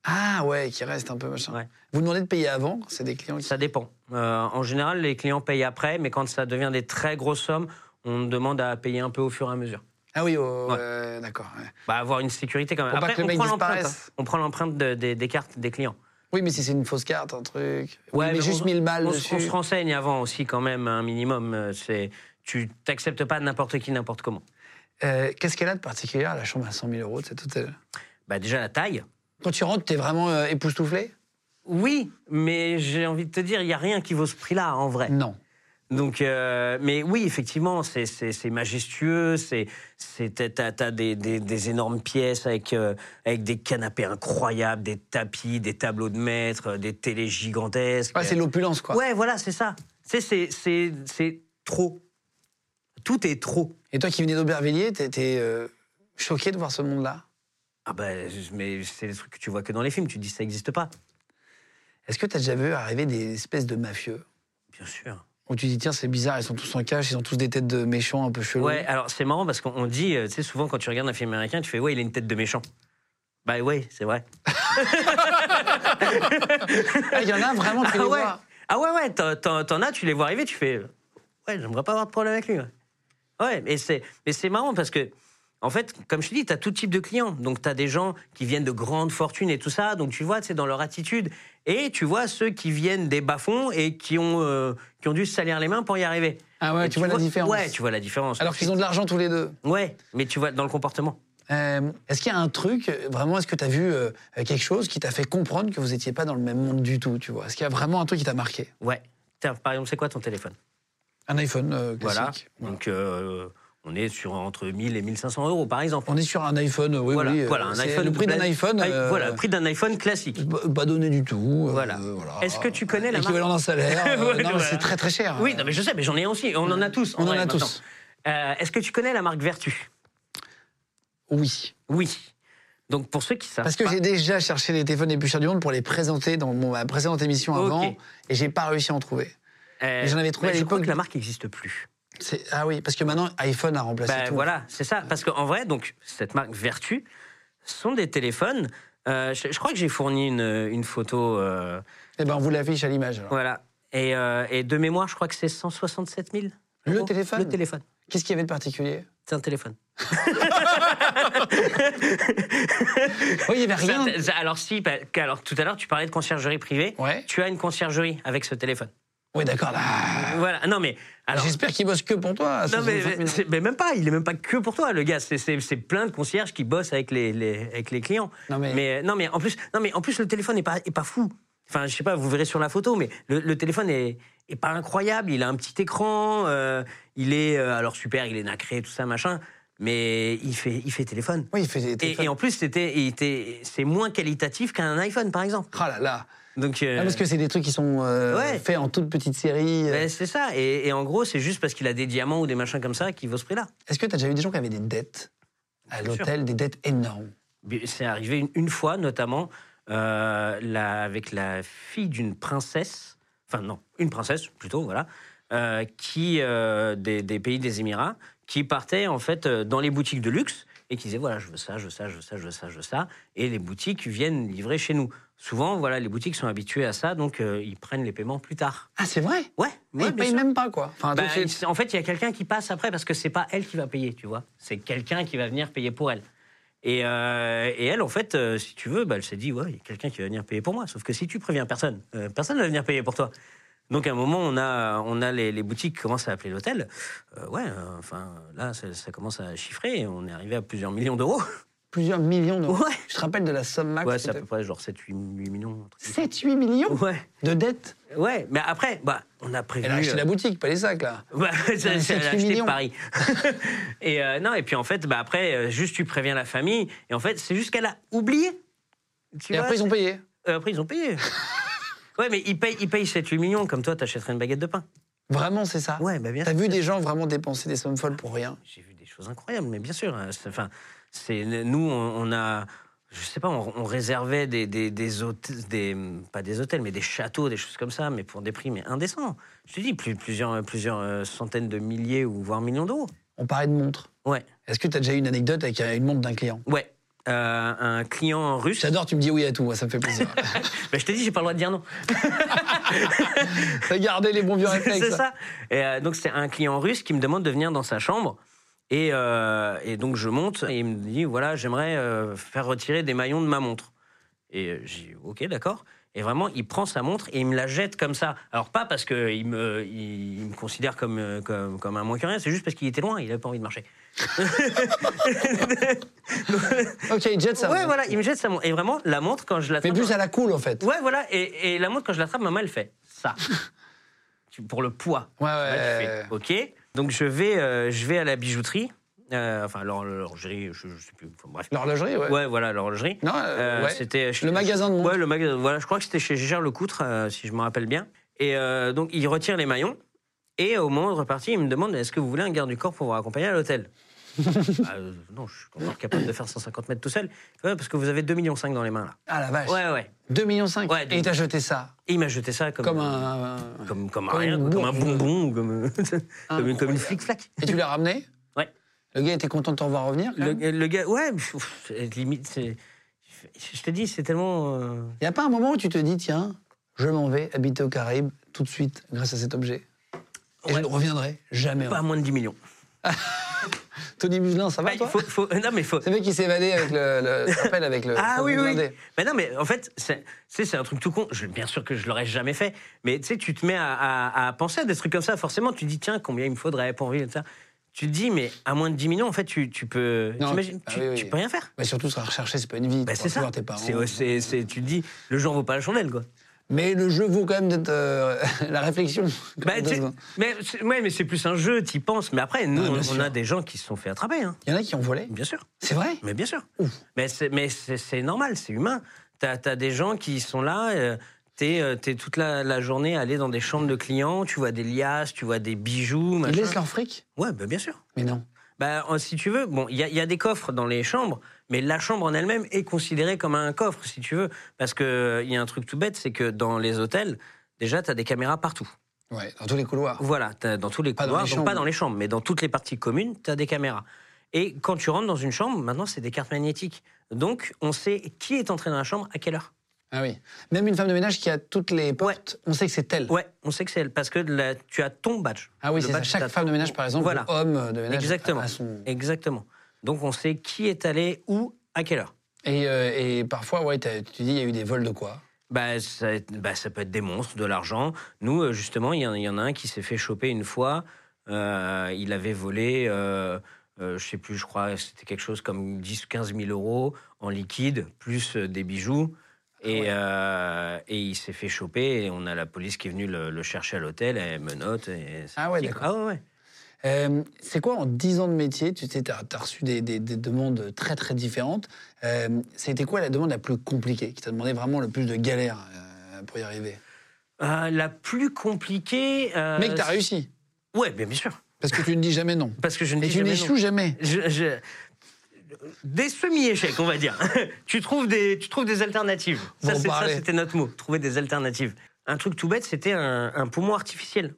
Speaker 3: Ah ouais, qui reste un peu machin.
Speaker 4: Ouais.
Speaker 3: Vous demandez de payer avant, c'est des clients qui...
Speaker 4: ça dépend. Euh, en général, les clients payent après. Mais quand ça devient des très grosses sommes, on demande à payer un peu au fur et à mesure.
Speaker 3: Ah oui, oh,
Speaker 4: Ouais.
Speaker 3: euh, d'accord. ouais.
Speaker 4: Bah, avoir une sécurité quand même.
Speaker 3: Pour pas que
Speaker 4: Après,
Speaker 3: le
Speaker 4: on
Speaker 3: mec
Speaker 4: prend, l'empreinte,
Speaker 3: disparaisse.
Speaker 4: hein. on prend l'empreinte de- des- des cartes des clients.
Speaker 3: Oui, mais si c'est une fausse carte, un truc... Oui, mais,
Speaker 4: mais
Speaker 3: juste
Speaker 4: on-
Speaker 3: 1000 balles
Speaker 4: on, se-
Speaker 3: dessus.
Speaker 4: on se renseigne avant aussi quand même un minimum. euh, C'est tu t'acceptes pas n'importe qui n'importe comment.
Speaker 3: Euh, Qu'est-ce qu'elle a de particulier à la chambre à 100 000 euros de cet hôtel
Speaker 4: Bah déjà la taille.
Speaker 3: Quand tu rentres, t'es vraiment euh, époustouflé
Speaker 4: Oui, mais j'ai envie de te dire, il y a rien qui vaut ce prix-là en vrai.
Speaker 3: Non.
Speaker 4: Donc, euh, mais oui, effectivement, c'est- c'est c'est majestueux. C'est c'est- t'as- t'as t'as des, des- des énormes pièces avec euh, avec des canapés incroyables, des tapis, des tableaux de maître, euh, des télés gigantesques.
Speaker 3: Ouais, c'est l'opulence, quoi.
Speaker 4: Ouais, voilà, c'est ça. C'est c'est- c'est c'est trop. Tout est trop.
Speaker 3: Et toi qui venais d'Aubervilliers, t'étais euh, choqué de voir ce monde-là
Speaker 4: Ah ben, mais c'est des trucs que tu vois que dans les films, tu te dis ça n'existe pas.
Speaker 3: Est-ce que t'as déjà vu arriver des espèces de mafieux
Speaker 4: Bien sûr.
Speaker 3: où tu dis, tiens, c'est bizarre, ils sont tous en cache, ils ont tous des têtes de méchants un peu chelous.
Speaker 4: Ouais, alors c'est marrant parce qu'on on dit, euh, tu sais, souvent quand tu regardes un film américain, tu fais, ouais, il a une tête de méchant. Bah ouais, c'est vrai.
Speaker 3: Ah, Il y en a vraiment qui les
Speaker 4: ouais.
Speaker 3: voient.
Speaker 4: ah ouais, ouais, t'en- t'en t'en as, tu les vois arriver, tu fais, ouais, j'aimerais pas avoir de problème avec lui. Ouais, ouais mais c'est mais c'est marrant parce que, en fait, comme je te dis, t'as tout type de clients. Donc t'as des gens qui viennent de grandes fortunes et tout ça, donc tu vois, c'est dans leur attitude. Et tu vois ceux qui viennent des bas-fonds et qui ont, euh, qui ont dû se salir les mains pour y arriver.
Speaker 3: Ah ouais,
Speaker 4: Et
Speaker 3: tu vois la différence.
Speaker 4: Ouais, tu vois la différence.
Speaker 3: Alors qu'ils ont de l'argent tous les deux.
Speaker 4: Ouais, mais tu vois dans le comportement.
Speaker 3: Euh, est-ce qu'il y a un truc, euh, vraiment, est-ce que tu as vu euh, quelque chose qui t'a fait comprendre que vous n'étiez pas dans le même monde du tout, tu vois Est-ce qu'il y a vraiment un truc qui t'a marqué
Speaker 4: Ouais. Tiens, par exemple, c'est quoi ton téléphone
Speaker 3: Un iPhone euh,
Speaker 4: Voilà.
Speaker 3: classique. Voilà.
Speaker 4: Donc euh, on est sur entre 1000 et 1500 euros par exemple.
Speaker 3: On est sur un iPhone, euh, oui,
Speaker 4: Voilà,
Speaker 3: oui. euh,
Speaker 4: voilà, un
Speaker 3: c'est
Speaker 4: iPhone.
Speaker 3: Le prix d'un
Speaker 4: bla-
Speaker 3: iPhone.
Speaker 4: Ah,
Speaker 3: euh,
Speaker 4: Voilà, prix d'un iPhone classique.
Speaker 3: bah, Pas donné du tout. euh,
Speaker 4: Voilà. Est-ce que tu connais la marque
Speaker 3: L'équivalent d'un salaire. euh,
Speaker 4: Ouais,
Speaker 3: non, mais
Speaker 4: voilà.
Speaker 3: c'est très très cher.
Speaker 4: Oui, non, mais je sais, mais j'en ai un aussi. On en a tous.
Speaker 3: bah, On en
Speaker 4: vrai,
Speaker 3: a tous.
Speaker 4: maintenant. Euh, Est-ce que tu connais la marque Vertu
Speaker 3: Oui.
Speaker 4: Oui. Donc pour ceux qui savent.
Speaker 3: Parce que
Speaker 4: pas-
Speaker 3: j'ai déjà cherché les téléphones les plus chers du monde pour les présenter dans mon- ma précédente émission
Speaker 4: Ok.
Speaker 3: avant et j'ai pas réussi à en trouver.
Speaker 4: Euh,
Speaker 3: j'en avais trouvé
Speaker 4: mais
Speaker 3: à
Speaker 4: je crois
Speaker 3: l'époque.
Speaker 4: que la marque n'existe plus.
Speaker 3: C'est- Ah oui, parce que maintenant iPhone a remplacé
Speaker 4: Ben
Speaker 3: tout.
Speaker 4: voilà, c'est ça. Parce qu'en vrai, donc, cette marque Vertu sont des téléphones. euh, je, je crois que j'ai fourni une, une photo. euh,
Speaker 3: Et ben on vous l'affiche à l'image. alors.
Speaker 4: voilà. Et, euh, et de mémoire, je crois que c'est 167 000.
Speaker 3: Le
Speaker 4: euros.
Speaker 3: téléphone
Speaker 4: Le téléphone.
Speaker 3: Qu'est-ce qu'il y avait de particulier
Speaker 4: C'est un téléphone.
Speaker 3: Oui, il y avait rien.
Speaker 4: Ça- ça- alors, si, pa- alors, tout à l'heure, tu parlais de conciergerie privée.
Speaker 3: Ouais.
Speaker 4: Tu as une conciergerie avec ce téléphone.
Speaker 3: Oui, d'accord. là.
Speaker 4: Voilà. Non, mais. Alors,
Speaker 3: J'espère qu'il bosse que pour toi.
Speaker 4: non, mais,
Speaker 3: 60 000.
Speaker 4: c'est- mais même pas. Il est même pas que pour toi, le gars. C'est- C'est c'est plein de concierges qui bossent avec les, les- avec les clients.
Speaker 3: Non, mais-
Speaker 4: euh, non, mais en plus, non, mais en plus, le téléphone n'est pas, est pas fou. Enfin, je sais pas, vous verrez sur la photo, mais le, le téléphone est, est pas incroyable. Il a un petit écran. euh, il est euh, alors super. Il est nacré, tout ça, machin. Mais il fait, il fait téléphone.
Speaker 3: Oui, il fait des
Speaker 4: Et,
Speaker 3: téléphones.
Speaker 4: et en plus, c'était, il était- c'est moins qualitatif qu'un iPhone, par exemple.
Speaker 3: Ah là là.
Speaker 4: Donc, euh,
Speaker 3: Ah, parce que c'est des trucs qui sont euh,
Speaker 4: Ouais.
Speaker 3: faits en toute petite série.
Speaker 4: ben, c'est ça. Et, et en gros, c'est juste parce qu'il a des diamants ou des machins comme ça qui vaut ce prix-là.
Speaker 3: Est-ce que tu as déjà vu des gens qui avaient des dettes à l'hôtel, des dettes énormes
Speaker 4: Mais C'est arrivé une, une fois, notamment, euh, la- avec la fille d'une princesse, enfin non, une princesse plutôt, voilà, euh, qui, euh, des, des pays des Émirats, qui partait en fait euh, dans les boutiques de luxe et qui disait voilà, je veux ça, je veux ça, je veux ça, je veux ça, je veux ça. Et les boutiques viennent livrer chez nous. Souvent, voilà, les boutiques sont habituées à ça, donc euh, ils prennent les paiements plus tard.
Speaker 3: Ah, c'est vrai
Speaker 4: Ouais,
Speaker 3: Mais
Speaker 4: ouais,
Speaker 3: Ils
Speaker 4: bien
Speaker 3: payent
Speaker 4: sûr.
Speaker 3: même pas, quoi. Enfin,
Speaker 4: Bah,
Speaker 3: Ah, donc, c'est-
Speaker 4: il- en fait, il y a quelqu'un qui passe après parce que c'est pas elle qui va payer, tu vois. C'est quelqu'un qui va venir payer pour elle. Et, euh, et elle, en fait, euh, si tu veux, bah, elle s'est dit, ouais, il y a quelqu'un qui va venir payer pour moi. Sauf que si tu préviens personne, euh, personne ne va venir payer pour toi. Donc à un moment, on a, on a les, les boutiques qui commencent à appeler l'hôtel. Euh, ouais, euh, enfin, là, ça, ça commence à chiffrer. On est arrivé à plusieurs millions d'euros.
Speaker 3: plusieurs millions d'euros.
Speaker 4: Ouais.
Speaker 3: Je te rappelle de la somme max.
Speaker 4: Ouais, c'est à peu près genre 7-8 millions. un truc comme ça.
Speaker 3: 7-8 millions
Speaker 4: Ouais,
Speaker 3: de dettes.
Speaker 4: ouais. Mais après, bah, on a prévu...
Speaker 3: Elle a acheté
Speaker 4: euh,
Speaker 3: la boutique, pas les sacs, là.
Speaker 4: Bah, ça,
Speaker 3: mais
Speaker 4: c'est
Speaker 3: c'est
Speaker 4: l'acheter de
Speaker 3: humiliant.
Speaker 4: Paris. et euh, non, et puis en fait, bah après, euh, juste tu préviens la famille. Et en fait, c'est juste qu'elle a oublié. Tu
Speaker 3: Et
Speaker 4: vois,
Speaker 3: après, ils ont payé.
Speaker 4: euh, après, ils ont payé. ouais, mais ils payent, ils payent 7-8 millions, comme toi, t'achèterais une baguette de pain.
Speaker 3: Vraiment, c'est ça.
Speaker 4: Ouais, bah bien
Speaker 3: Ah, T'as vu des gens vraiment dépenser des sommes folles pour rien
Speaker 4: J'ai vu des choses incroyables, mais bien sûr. hein, c'est- Enfin, c'est nous, on, on a, je sais pas, on, on réservait des des des, hôtels, des pas des hôtels, mais des châteaux, des choses comme ça, mais pour des prix mais indécents. Je te dis plus, plusieurs plusieurs euh, centaines de milliers ou voire millions d'euros.
Speaker 3: On parlait de montres.
Speaker 4: Ouais.
Speaker 3: Est-ce que t'as déjà eu une anecdote avec euh, une montre d'un client
Speaker 4: Ouais. Euh, un client russe.
Speaker 3: J'adore, tu me dis oui à tout, moi, ça me fait plaisir.
Speaker 4: Bah, je t'ai dit, j'ai pas le droit de dire non.
Speaker 3: T'as gardé les bons vieux réflexes.
Speaker 4: c'est ça. Et, euh, donc, c'est un client russe qui me demande de venir dans sa chambre. Et, euh, et donc, je monte et il me dit voilà, j'aimerais euh, faire retirer des maillons de ma montre. Et euh, j'ai dit ok, d'accord. Et vraiment, il prend sa montre et il me la jette comme ça. Alors, pas parce qu'il me, il, il me considère comme, euh, comme, comme un moins que rien, c'est juste parce qu'il était loin, il avait pas envie de marcher.
Speaker 3: hein. Ok, jette ça.
Speaker 4: ouais, voilà, il me jette sa montre. Et vraiment, la montre, quand je la
Speaker 3: Mais plus à la cool, en fait.
Speaker 4: Ouais, voilà. Et, et la montre, quand je l'attrape, maman, elle fait ça. Tu- Pour le poids.
Speaker 3: Ouais,
Speaker 4: Tu vois, tu
Speaker 3: ouais.
Speaker 4: fais, OK. Donc, je vais, euh, je vais à la bijouterie. Euh, enfin, l'hor- l'horlogerie, je, je sais plus. Enfin, bref.
Speaker 3: L'horlogerie, ouais.
Speaker 4: Ouais, voilà, l'horlogerie.
Speaker 3: Non, euh, ouais.
Speaker 4: C'était chez-
Speaker 3: Le magasin de montres.
Speaker 4: Ouais, le magasin. Voilà, je crois que c'était chez Gérard Lecoutre, euh, si je me rappelle bien. Et euh, donc, il retire les maillons. Et au moment de repartir, il me demande est-ce que vous voulez un garde du corps pour vous accompagner à l'hôtel Ah, euh, Non, je suis encore capable de faire 150 mètres tout seul. Ouais, parce que vous avez 2,5 millions dans les mains, là.
Speaker 3: Ah la vache.
Speaker 4: Ouais, ouais.
Speaker 3: 2,5 millions.
Speaker 4: Ouais,
Speaker 3: Et t'as jeté ça
Speaker 4: Et il m'a jeté ça comme,
Speaker 3: comme un.
Speaker 4: comme, comme,
Speaker 3: comme
Speaker 4: rien,
Speaker 3: une
Speaker 4: quoi, comme un
Speaker 3: bourge.
Speaker 4: bonbon ou comme, comme, une- comme une flic-flac.
Speaker 3: Et tu l'as ramené
Speaker 4: Ouais.
Speaker 3: Le gars était content de te revoir revenir.
Speaker 4: Le, le gars, ouais, mais, pff, limite, c'est. Je te dis, c'est tellement. euh,
Speaker 3: Il n'y a pas un moment où tu te dis tiens, je m'en vais habiter aux Caraïbes tout de suite grâce à cet objet. Et je
Speaker 4: Ouais.
Speaker 3: ne reviendrai jamais.
Speaker 4: pas à moins de 10 millions.
Speaker 3: Tony Muselin, ça va
Speaker 4: Bah, il
Speaker 3: toi
Speaker 4: faut, faut- non, mais il faut.
Speaker 3: C'est euh, le mec qui s'est évadé avec le. le tu te rappelles, avec le.
Speaker 4: Ah
Speaker 3: le
Speaker 4: oui, oui.
Speaker 3: blindé.
Speaker 4: Mais non, mais en fait, c'est c'est- c'est un truc tout con. Je- bien sûr que je l'aurais jamais fait. Mais tu sais, tu te mets à, à- à penser à des trucs comme ça. Forcément, tu te dis, tiens, combien il me faudrait pour vivre, ça. Tu te dis, mais à moins de 10 millions, en fait, tu, tu peux.
Speaker 3: Non,
Speaker 4: t'imagines-
Speaker 3: ah
Speaker 4: tu,
Speaker 3: oui, oui.
Speaker 4: tu peux rien faire.
Speaker 3: Mais surtout, sera recherché, c'est pas une vie.
Speaker 4: Bah,
Speaker 3: tu
Speaker 4: c'est
Speaker 3: pourras plus
Speaker 4: ça.
Speaker 3: voir hein, tes parents. euh,
Speaker 4: C'est- c'est- c'est- tu te dis, le genre vaut pas la chandelle, quoi.
Speaker 3: Mais le jeu vaut quand même d'être, euh, la réflexion.
Speaker 4: Bah,
Speaker 3: Deux
Speaker 4: tu-
Speaker 3: secondes.
Speaker 4: mais c'est- ouais, mais c'est plus un jeu, t'y penses. Mais après, nous,
Speaker 3: Ah, bien
Speaker 4: on, on
Speaker 3: sûr.
Speaker 4: a des gens qui se sont fait attraper, hein.
Speaker 3: Il y en a qui ont volé.
Speaker 4: bien sûr.
Speaker 3: C'est vrai
Speaker 4: Mais bien sûr.
Speaker 3: Ouf.
Speaker 4: Mais c'est- mais c'est c'est normal, c'est humain. T'as as des gens qui sont là. euh, T'es euh, t'es toute la, la journée allé dans des chambres de clients, tu vois des liasses, tu vois des bijoux,
Speaker 3: Ils
Speaker 4: machin.
Speaker 3: laissent leur fric
Speaker 4: Ouais, bah, bien sûr.
Speaker 3: Mais non.
Speaker 4: Bah, en- si tu veux, bon, il y, a- il y a des coffres dans les chambres, mais la chambre en elle-même est considérée comme un coffre, si tu veux. Parce qu'il y a un truc tout bête, c'est que dans les hôtels, déjà, tu as des caméras partout.
Speaker 3: Ouais, dans tous les couloirs.
Speaker 4: Voilà, t'as dans tous les
Speaker 3: Pas dans
Speaker 4: couloirs,
Speaker 3: les
Speaker 4: donc pas
Speaker 3: chambres.
Speaker 4: dans les chambres, mais dans toutes les parties communes, tu as des caméras. Et quand tu rentres dans une chambre, maintenant, c'est des cartes magnétiques. Donc, on sait qui est entré dans la chambre, à quelle heure.
Speaker 3: Ah oui. Même une femme de ménage qui a toutes les portes, on sait que c'est elle.
Speaker 4: Ouais, on sait que c'est elle, parce que la- tu as ton badge.
Speaker 3: Ah oui,
Speaker 4: Le
Speaker 3: c'est ça.
Speaker 4: badge,
Speaker 3: Chaque
Speaker 4: t'as
Speaker 3: femme de
Speaker 4: ton-
Speaker 3: ménage, par exemple,
Speaker 4: Voilà.
Speaker 3: ou homme de ménage,
Speaker 4: Exactement.
Speaker 3: a son-
Speaker 4: Exactement. Donc, on sait qui est allé où, à quelle heure.
Speaker 3: Et, euh, et parfois, ouais, t'as- tu dis, il y a eu des vols de quoi
Speaker 4: Bah ça, bah, ça peut être des monstres, de l'argent. Nous, euh, justement, il y, en- il y en a un qui s'est fait choper une fois. Euh, il avait volé, euh, euh, je sais plus, je crois, c'était quelque chose comme 10 ou 15 000 euros en liquide, plus euh, des bijoux. Et, euh, et il s'est fait choper. Et on a la police qui est venue le, le chercher à l'hôtel. Elle menotte. Et c'est
Speaker 3: Ah ouais,
Speaker 4: parti,
Speaker 3: d'accord.
Speaker 4: quoi. Ah ouais, ouais.
Speaker 3: Euh, c'est quoi en 10 ans de métier Tu sais, tu as, reçu des, des- des demandes très très différentes. Euh, C'était quoi la demande la plus compliquée Qui t'a demandé vraiment le plus de galères euh, pour y arriver
Speaker 4: Euh, la plus compliquée. euh,
Speaker 3: Mais que tu as réussi.
Speaker 4: Ouais, bien, bien sûr.
Speaker 3: Parce que tu ne dis jamais non.
Speaker 4: Parce que je ne
Speaker 3: Et
Speaker 4: dis
Speaker 3: tu
Speaker 4: jamais non.
Speaker 3: n'échoues jamais.
Speaker 4: Je- je- Des semi-échecs, on va dire. tu, trouves des, tu trouves des alternatives. Ça,
Speaker 3: Bon,
Speaker 4: c'est- ça,
Speaker 3: parlez.
Speaker 4: c'était notre mot, trouver des alternatives. Un truc tout bête, c'était un, un poumon artificiel.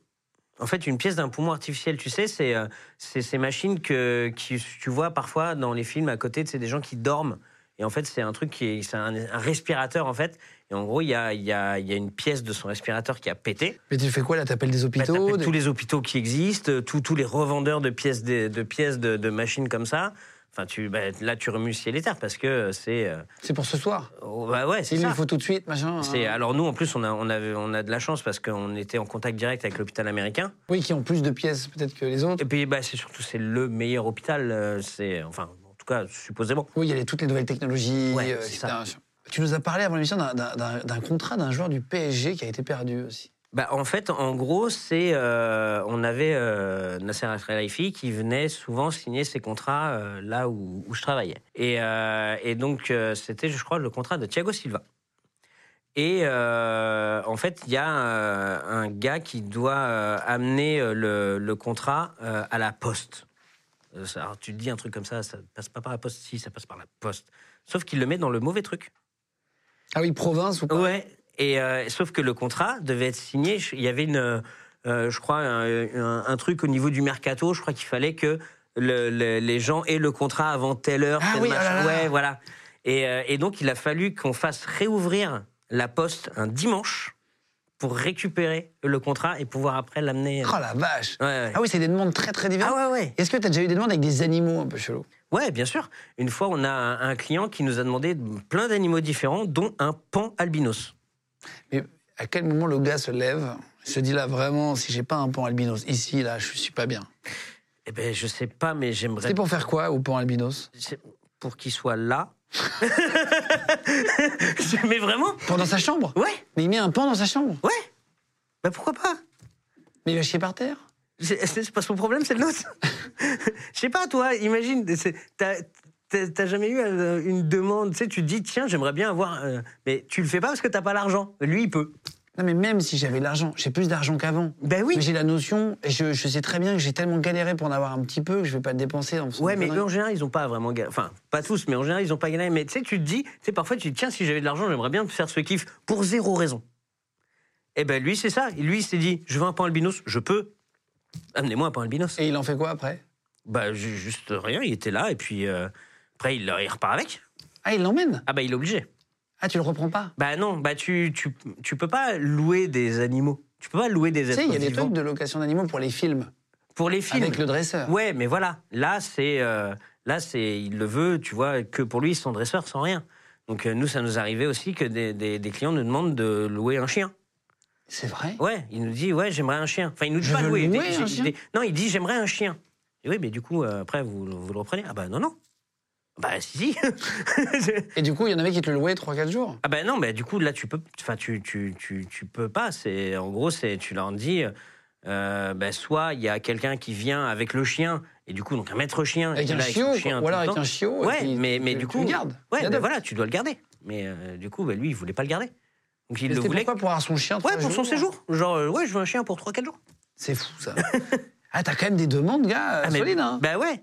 Speaker 4: En fait, une pièce d'un poumon artificiel, tu sais, c'est euh, c'est ces machines que qui, tu vois parfois dans les films à côté, c'est des gens qui dorment. Et en fait, c'est un truc qui est, c'est un, un respirateur en fait. Et en gros, il y a, il y, a, il y a une pièce de son respirateur qui a pété.
Speaker 3: Mais tu fais quoi là T'appelles des
Speaker 4: Bah,
Speaker 3: hôpitaux
Speaker 4: t'appelles
Speaker 3: des-
Speaker 4: tous les hôpitaux qui existent, euh, tous- tous les revendeurs de pièces de, de pièces de, de machines comme ça. Enfin, tu, bah, là, tu remues ciel et terre parce que c'est. euh,
Speaker 3: C'est pour ce soir.
Speaker 4: oh, bah ouais, c'est
Speaker 3: Il
Speaker 4: ça.
Speaker 3: faut tout de suite, machin.
Speaker 4: C'est-
Speaker 3: hein.
Speaker 4: Alors, nous, en plus, on a, on, avait, on a de la chance parce qu'on était en contact direct avec l'hôpital américain.
Speaker 3: Oui, qui ont plus de pièces peut-être que les autres.
Speaker 4: Et puis, bah, c'est surtout c'est le meilleur hôpital. euh, C'est, enfin, en tout cas, supposément.
Speaker 3: Oui, il y a les- toutes les nouvelles technologies.
Speaker 4: Ouais,
Speaker 3: euh,
Speaker 4: c'est
Speaker 3: etc.
Speaker 4: ça.
Speaker 3: Tu nous as parlé avant l'émission d'un- d'un- d'un d'un contrat d'un joueur du PSG qui a été perdu aussi.
Speaker 4: Bah, en fait, en gros, c'est euh, on avait euh, Nasser Al Khelaifi qui venait souvent signer ses contrats euh, là où, où je travaillais. Et, euh, et donc, euh, c'était, je crois, le contrat de Thiago Silva. Et euh, en fait, il y a euh, un gars qui doit euh, amener euh, le, le contrat euh, à la poste. Euh, ça- Alors, tu te dis un truc comme ça, ça passe pas par la poste, si, ça passe par la poste. Sauf qu'il le met dans le mauvais truc.
Speaker 3: Ah oui, province ou pas
Speaker 4: Ouais. Et euh, sauf que le contrat devait être signé. Je- Il y avait une, euh, je crois, un, un- un truc au niveau du mercato. Je crois qu'il fallait que le- le- les gens aient le contrat avant telle heure.
Speaker 3: Ah
Speaker 4: tel
Speaker 3: oui, oh là
Speaker 4: machin.
Speaker 3: là.
Speaker 4: Ouais, voilà. Et, euh, et donc il a fallu qu'on fasse réouvrir la poste un dimanche pour récupérer le contrat et pouvoir après l'amener.
Speaker 3: Oh la vache
Speaker 4: Ouais, ouais.
Speaker 3: Ah oui, c'est des demandes très très diverses.
Speaker 4: Ah ouais, ouais.
Speaker 3: Est-ce que tu as déjà eu des demandes avec des animaux un peu chelous
Speaker 4: Ouais, bien sûr. Une fois, on a un, un client qui nous a demandé plein d'animaux différents, dont un pan albinos.
Speaker 3: Mais à quel moment le gars se lève se dit là vraiment, si j'ai pas un pan albinos ici, là, je suis pas bien.
Speaker 4: Eh ben, je sais pas, mais j'aimerais
Speaker 3: C'est pour faire quoi au pan albinos
Speaker 4: C'est pour qu'il soit là. Je- Mais vraiment
Speaker 3: Pour dans sa chambre
Speaker 4: Ouais,
Speaker 3: Mais il met un pan dans sa chambre
Speaker 4: ouais. Bah pourquoi pas
Speaker 3: Mais il va chier par terre
Speaker 4: C'est c'est pas son problème, c'est le nôtre. Je sais pas, toi, imagine, c'est- t'as t'as- t'as jamais eu euh, une demande, tu sais, tu te dis, tiens, j'aimerais bien avoir... euh, mais tu le fais pas parce que t'as pas l'argent. Lui, il peut.
Speaker 3: Non mais même si j'avais de l'argent, j'ai plus d'argent qu'avant.
Speaker 4: Ben oui.
Speaker 3: Mais j'ai la notion, et je, je sais très bien que j'ai tellement galéré pour en avoir un petit peu que je vais pas le dépenser en faisant
Speaker 4: Ouais,
Speaker 3: des
Speaker 4: mais
Speaker 3: conneries.
Speaker 4: eux, en général, ils ont pas vraiment gagné. Enfin, pas tous, mais en général, ils ont pas gagné. Mais tu sais, tu te dis, tu sais, parfois, tu te dis, tiens, si j'avais de l'argent, j'aimerais bien faire ce kiff pour zéro raison. Eh ben, lui, c'est ça. Lui, il s'est dit, je veux un pain albinos, je peux. Amenez-moi un pain albinos.
Speaker 3: Et il en fait quoi après
Speaker 4: Bah, ju- juste rien, il était là, et puis euh, après, il, il repart avec.
Speaker 3: Ah, il l'emmène
Speaker 4: Ah, bah, il est obligé.
Speaker 3: Ah, tu le reprends pas
Speaker 4: Bah, non, bah, tu, tu, tu peux pas louer des animaux. Tu peux pas louer des
Speaker 3: Tu
Speaker 4: êtres
Speaker 3: sais, il y a des
Speaker 4: vivants.
Speaker 3: trucs de location d'animaux pour les films,
Speaker 4: Pour les films.
Speaker 3: avec le dresseur.
Speaker 4: Ouais, mais voilà, là c'est euh, là c'est il le veut, tu vois, que pour lui sans dresseur, sans rien. Donc euh, nous ça nous arrivait aussi que des, des- des clients nous demandent de louer un chien.
Speaker 3: C'est vrai
Speaker 4: Ouais, il nous dit ouais j'aimerais un chien. Enfin il nous dit
Speaker 3: Je
Speaker 4: pas
Speaker 3: veux
Speaker 4: louer. il
Speaker 3: louer
Speaker 4: dit-
Speaker 3: un
Speaker 4: il
Speaker 3: chien.
Speaker 4: dit- non il dit j'aimerais un chien. Et oui mais du coup euh, après vous, vous le reprenez ah bah non non. Bah si si.
Speaker 3: Et du coup, il y en avait qui te le louaient 3-4 jours.
Speaker 4: ah bah non mais du coup là tu peux enfin tu tu, tu tu peux pas c'est en gros c'est tu leur dis euh, bah, soit il y a quelqu'un qui vient avec le chien et du coup donc un maître chien
Speaker 3: Avec
Speaker 4: qui est
Speaker 3: un
Speaker 4: là avec
Speaker 3: chiot,
Speaker 4: son
Speaker 3: quoi.
Speaker 4: chien
Speaker 3: ou
Speaker 4: tout le
Speaker 3: alors avec
Speaker 4: temps.
Speaker 3: un chiot. et
Speaker 4: Ouais,
Speaker 3: puis
Speaker 4: mais, mais
Speaker 3: tu-
Speaker 4: du
Speaker 3: tu
Speaker 4: coup.
Speaker 3: le gardes.
Speaker 4: Ouais,
Speaker 3: Tu
Speaker 4: bah
Speaker 3: l'adoptes.
Speaker 4: voilà, tu dois le garder. Mais euh, du coup, bah, lui, il voulait pas le garder. Donc
Speaker 3: Mais
Speaker 4: il le
Speaker 3: c'était
Speaker 4: voulait.
Speaker 3: pourquoi pour avoir son chien trois
Speaker 4: Ouais, pour son
Speaker 3: jours
Speaker 4: séjour. Genre, euh, ouais, je veux un chien pour 3-4 jours.
Speaker 3: C'est fou ça. ah, t'as quand même des demandes, gars, euh,
Speaker 4: mais,
Speaker 3: solides. Hein.
Speaker 4: Bah ouais.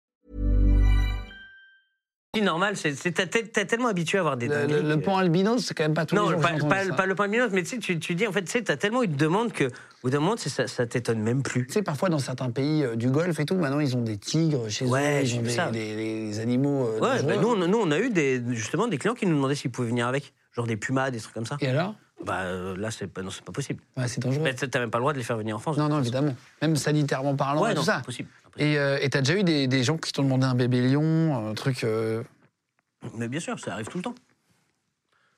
Speaker 4: dis normal, c'est- c'est- t'as- t'es t'es tellement habitué à avoir des.
Speaker 3: le, le-
Speaker 4: dingueries
Speaker 3: le
Speaker 4: que-
Speaker 3: point albino, c'est quand même pas tous les
Speaker 4: Non,
Speaker 3: jours.
Speaker 4: pas,
Speaker 3: que j'entends
Speaker 4: pas-
Speaker 3: ça.
Speaker 4: pas le point de minute, mais tu, sais, tu, tu dis, en fait, tu sais, t'as tellement eu de demandes que, au bout d'un moment, tu sais, ça, ça t'étonne même plus.
Speaker 3: Tu sais, parfois dans certains pays euh, du Golfe et tout, maintenant ils ont des tigres chez
Speaker 4: Ouais,
Speaker 3: eux, ils
Speaker 4: j'ai
Speaker 3: ont
Speaker 4: vu
Speaker 3: des,
Speaker 4: ça.
Speaker 3: des- des animaux. euh,
Speaker 4: Ouais,
Speaker 3: dangereux.
Speaker 4: bah, nous, on, nous, on a eu des, justement des clients qui nous demandaient s'ils pouvaient venir avec, genre des pumas, des trucs comme ça.
Speaker 3: Et alors
Speaker 4: Bah euh, là, c'est pas, non, c'est pas possible.
Speaker 3: Ouais, C'est dangereux.
Speaker 4: Mais t'as t'as même pas le droit de les faire venir en France.
Speaker 3: Non, non, évidemment. Même sanitairement parlant
Speaker 4: ouais,
Speaker 3: et
Speaker 4: non,
Speaker 3: tout
Speaker 4: c'est
Speaker 3: ça.
Speaker 4: impossible. impossible.
Speaker 3: Et euh, et t'as déjà eu des, des gens qui t'ont demandé un bébé lion, un truc. euh,
Speaker 4: Mais bien sûr, ça arrive tout le temps.